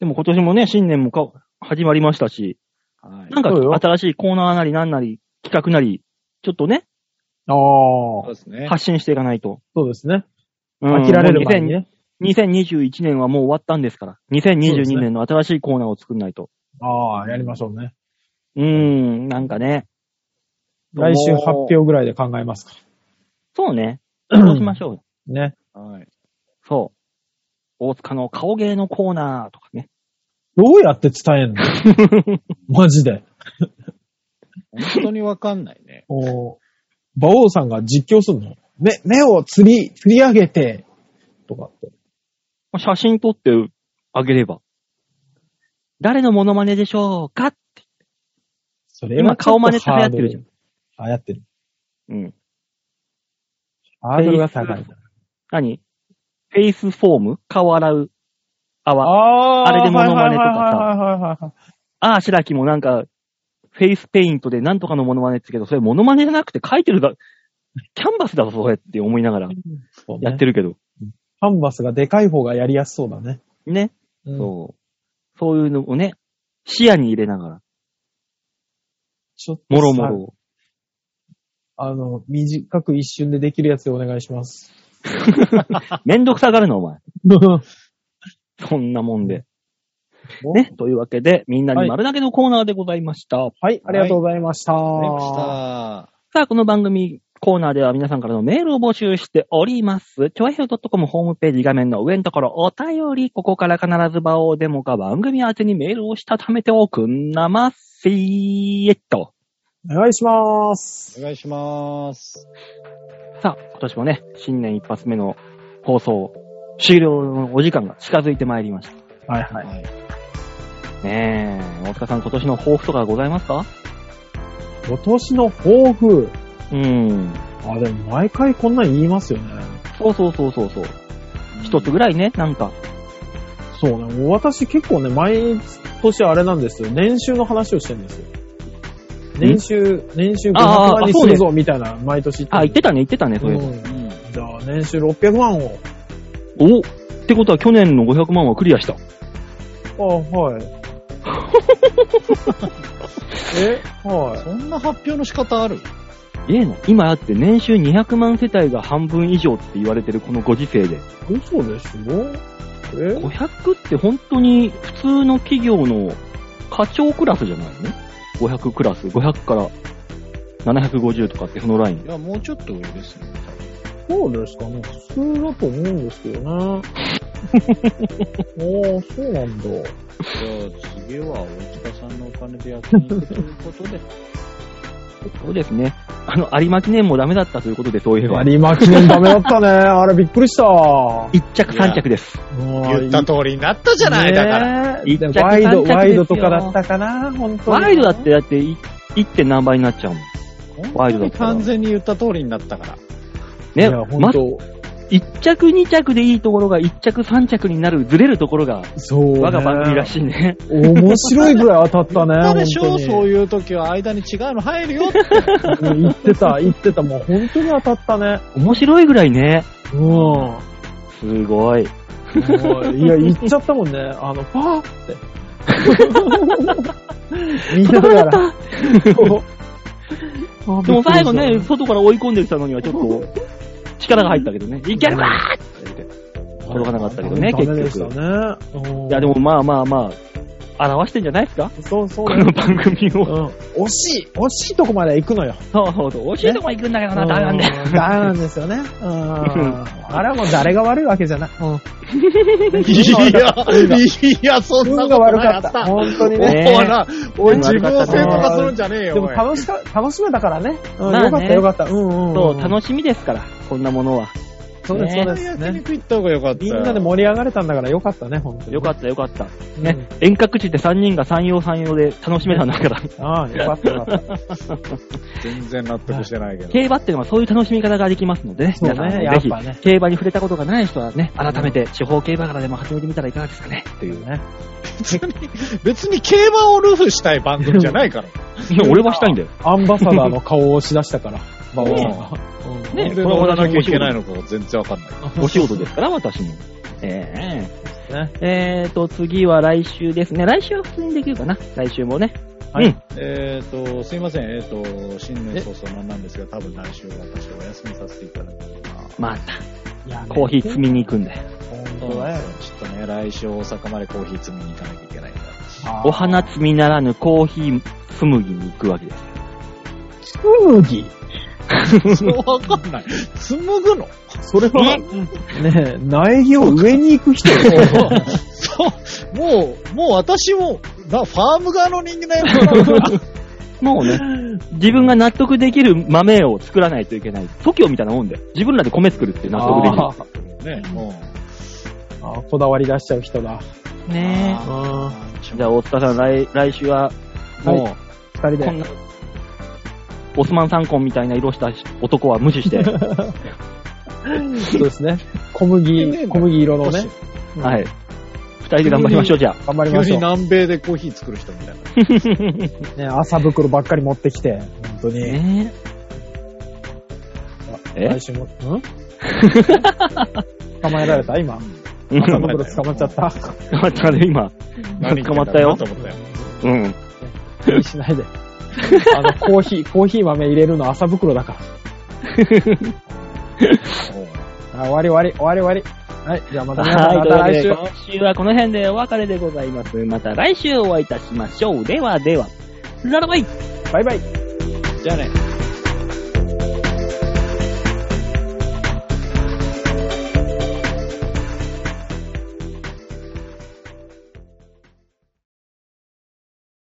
B: でも今年もね、新年もか始まりましたし、
A: はい。
B: なんか
C: そうよ
B: 新しいコーナーなりなんなり、企画なり、ちょっとね、
C: ああ、
A: そうですね。
B: 発信していかないと。
C: そうですね。
B: うん
C: 飽きられる前にね。
B: 2021年はもう終わったんですから、
C: そうです
B: 2022
C: ね
B: 年の新しいコーナーを作んないと。
C: ああ、やりましょうね。
B: うーん、なんかね。
C: 来週
B: もう
C: 発表ぐらいで考えますか。
B: そうね。そうしましょうよ。
C: ね。
A: はい。
B: そう。大塚の顔芸のコーナーとかね。
C: どうやって伝えんの マジで。
A: 本当にわかんないね。
C: おー馬王さんが実況するの目、目を釣り、釣り上げて、とかって。
B: まあ写真撮ってあげれば。誰のモノマネでしょうか
C: それ
B: 今
C: はちょ
B: 顔
C: っと
B: 真似って流行ってるじゃん。
C: ハードル。流行ってる。
B: うん。
C: ハードルが高い。
B: 何フェイスフォーム顔洗う泡。
C: あ
B: あれでモノマネとかさ
C: はいはいはいはいはいはい。
B: ああ、白木もなんか、フェイスペイントでなんとかのモノマネって言うけど、それモノマネじゃなくて書いてるだ、キャンバスだぞ、それって思いながら
C: そうね
B: やってるけど。
C: キャンバスがでかい方がやりやすそうだね。
B: ね。
C: うん
B: そう。そういうのをね、視野に入れながら、
C: ちょっとさ
B: もろもろを。
C: あの、短く一瞬でできるやつでお願いします。
B: めんどくさがるの、お前。
C: は
B: そんなもんで。
C: お
B: ね。というわけで、みんなに丸投げのコーナーでございました。
C: い、ありがとうございました。
A: ありました。
B: さあ、この番組コーナーでは皆さんからのメールを募集しております。ちょいひょ .com ホームページ画面の上のところ、お便り、ここから必ず場をデモか番組宛てにメールをしたためておくんなまっせーえっと。
C: お願いします。
A: お願いします。
B: さあ、今年もね、新年一発目の放送、終了のお時間が近づいてまいりました。
C: はいはい。
A: はい。
B: ねえ、大塚さん、今年の抱負とかございますか
C: 今年の抱負。
B: うん。
C: あ、でも毎回こんなん言いますよね。
B: そうそうそうそうそう。一つぐらいね、なんか。
C: そうね。もう私結構ね、毎年あれなんですよ。年収の話をしてるんですよ。年収、年収500
B: あー
C: 万
B: あ
C: に
B: そう
C: す
B: ね
C: るぞ、みたいな、毎年
B: あ、言って
C: た。
B: たね、言ってたね、そうれ。
C: ん。
A: うん。
C: じゃあ、年収600万を。
B: おってことは去年の500万はクリアした。
C: あ はい。えは
A: そんな発表の仕方ある
B: ええな。今あって年収200万世帯が半分以上って言われてるこのご時世で。
C: い。嘘でしょえ
B: 500って本当に普通の企業の課長クラスじゃないの ?500 クラス、500から750とかってそのライ
A: い
B: ン。
A: や、もうちょっと上ですね。
C: そうですかね。普通だと思うんですけどね。あ あ、そうなんだ。
A: じゃあ、次は大塚さんのお金で焼肉ということで。
B: そうですね。あの、有馬記念もダメだったということで、そういえば。
C: 有馬記念ダメだったね。あれびっくりした。
B: 一着三着です。
C: 言
A: 言った通りになったじゃない、だから。
C: ら
B: 一着
C: ワイ
B: 三
C: ド、
B: 着ですよ
C: ワイドとかだったかな、本当に。
B: ワイドだって、だってい、1. 点何倍になっちゃうもん。ワイドだっ
A: 本
B: た
A: 当
B: ら
A: に完全に言った通りになったから。
C: い
B: ね、
C: や、本
B: ま、
C: 当。
B: 1着2着でいいところが1着3着になる、ずれるところが、
C: そう、ね。
B: 我が番組らしいね。
C: 面白いぐらい当たったね。
A: 言ったでしょ
C: 本当に
A: そういう時は間に違うの入るよって。
C: うん言ってた、言ってた。もう本当に当たったね。
B: 面白いぐらいね。
C: うん。も
B: すごい。
C: ういや、言っちゃったもんね。あの、パ ーって。見てたから。そう
B: でも最後ね、
C: あ
B: 外から追い込んできたのにはちょっと、力が入ったけどね。いけるかーって転がなかったけどね、
C: ダメ
B: 結
C: でした
B: 局。
C: ね。うん
B: いや、でもまあまあまあ、表してんじゃないですか
C: そうそう
B: こ。の番組
C: う
B: を。
C: ん。惜しい惜しいとこまで行くのよ。
B: そうそうそう。惜しいとこ行くんだけどな、ダメなんだよ。
C: うんダメなんですよね。うんあれはもう誰が悪いわけじゃない。うん
A: いや、いや、そんな
C: 運が
A: こと
C: 悪
A: ない。
C: かっ。
A: やったた。
C: 本当にね。
B: ね
A: ほら、おい、
B: 運が
A: 自
B: 悪
A: 分
B: か
A: を
B: ったね
A: 正当化するんじゃねえよ。
C: でも
A: おい
C: 楽しか、楽しめたからね。うん
B: まあね
C: よかったよかった。うんうん、うん。
B: そう、楽しみですから、こんなものは。
C: そうです、そう
A: こ
C: で
A: う
C: す
A: いう焼
C: ね。
A: 肉行った方がよかった
C: み
A: よ。
C: んなで盛り上がれたんだからよかったね、本当に。
B: よかったよかった。
C: た
B: ね遠隔地で3人が3用3用で楽しめたんだから。
C: ああ、よかったよかっ
A: 全然納得してないけど。
B: 競馬っていうのはそういう楽しみ方ができますのでね、
C: そうね
B: 皆さんも
C: やっ
B: ぜ
C: ぱね
B: ひ、競馬に触れたことがない人はね、改めて地方競馬からでも始めてみたらいかがですかね。
C: た。っていうね。
A: 別に、別に競馬をルフしたい番組じゃない から。
B: いや、俺はしたいんだよ。
C: アンバサダーの顔をしだした から、馬王さんが。
A: な
B: ね
A: んで登らなきゃいけないのかが全然わかんない。
B: お仕事ですから、私も。ええ
C: ね
B: えーと、次は来週ですね。来週は普通にできるかな。来週もね。
C: はい
B: うん
A: えっ、と、すいません。えっ、と、新年早々なんなんですが、多分来週私はお休みさせていただきます。
B: また、
C: いやね
B: コーヒー積みに行くんだよ。
C: 本当だよ。
A: ちょっとね、来週大阪までコーヒー積みに行かなきゃいけないんだ。
B: お花積みならぬコーヒー紡ぎに行くわけです。
C: 麦
A: そうわかんない。紡ぐの
C: それは、ねえ、苗木を上に行く 人よ。
A: そう。もう、もう私も、な、ファーム側の人間だ よ。
B: もうね、 自分が納得できる豆を作らないといけない。TOKIO みたいなもんで、自分らで米作るって納得できる。
C: あ
A: ね、も
C: あこだわり出しちゃう人だ。
B: ね
C: う
A: あ
C: ん。
A: う。
B: じゃあ、大塚さん、来、来週は、もう、
C: 二人
B: こ
C: で
B: ん。な、オスマン三婚みたいな色した男は無視して、
C: そうです ね。小麦、小麦色のね。うん
B: はい。二人で頑張りましょう、じゃあ。
C: 頑張り
A: 急
C: まし
A: に
C: ょう。
A: 南米でコーヒー作る人みたいな。
C: ね、朝袋ばっかり持ってきて、本当に。
B: ねえ
C: 来週も、ん 捕まえられた今。
B: え。
C: 朝
A: まえ
C: 袋
A: たよ
C: 捕まっちゃった。
B: 捕まったね、今。
A: 何
B: 捕まったよ
A: と思ったよ。
B: うん。
C: 気にしないで。あの、コーヒー、コーヒー豆入れるの朝袋だから。あ、終わり終わり、終わり終わり。はい、じゃあまた皆さん
B: はい、
C: ま
B: と
C: た
B: いうわけ
C: 来週。
B: で今週はこの辺でお別れでございます。また来週お会いいたしましょう。ではでは、ララバイ
C: バイバイ。
A: じゃあね。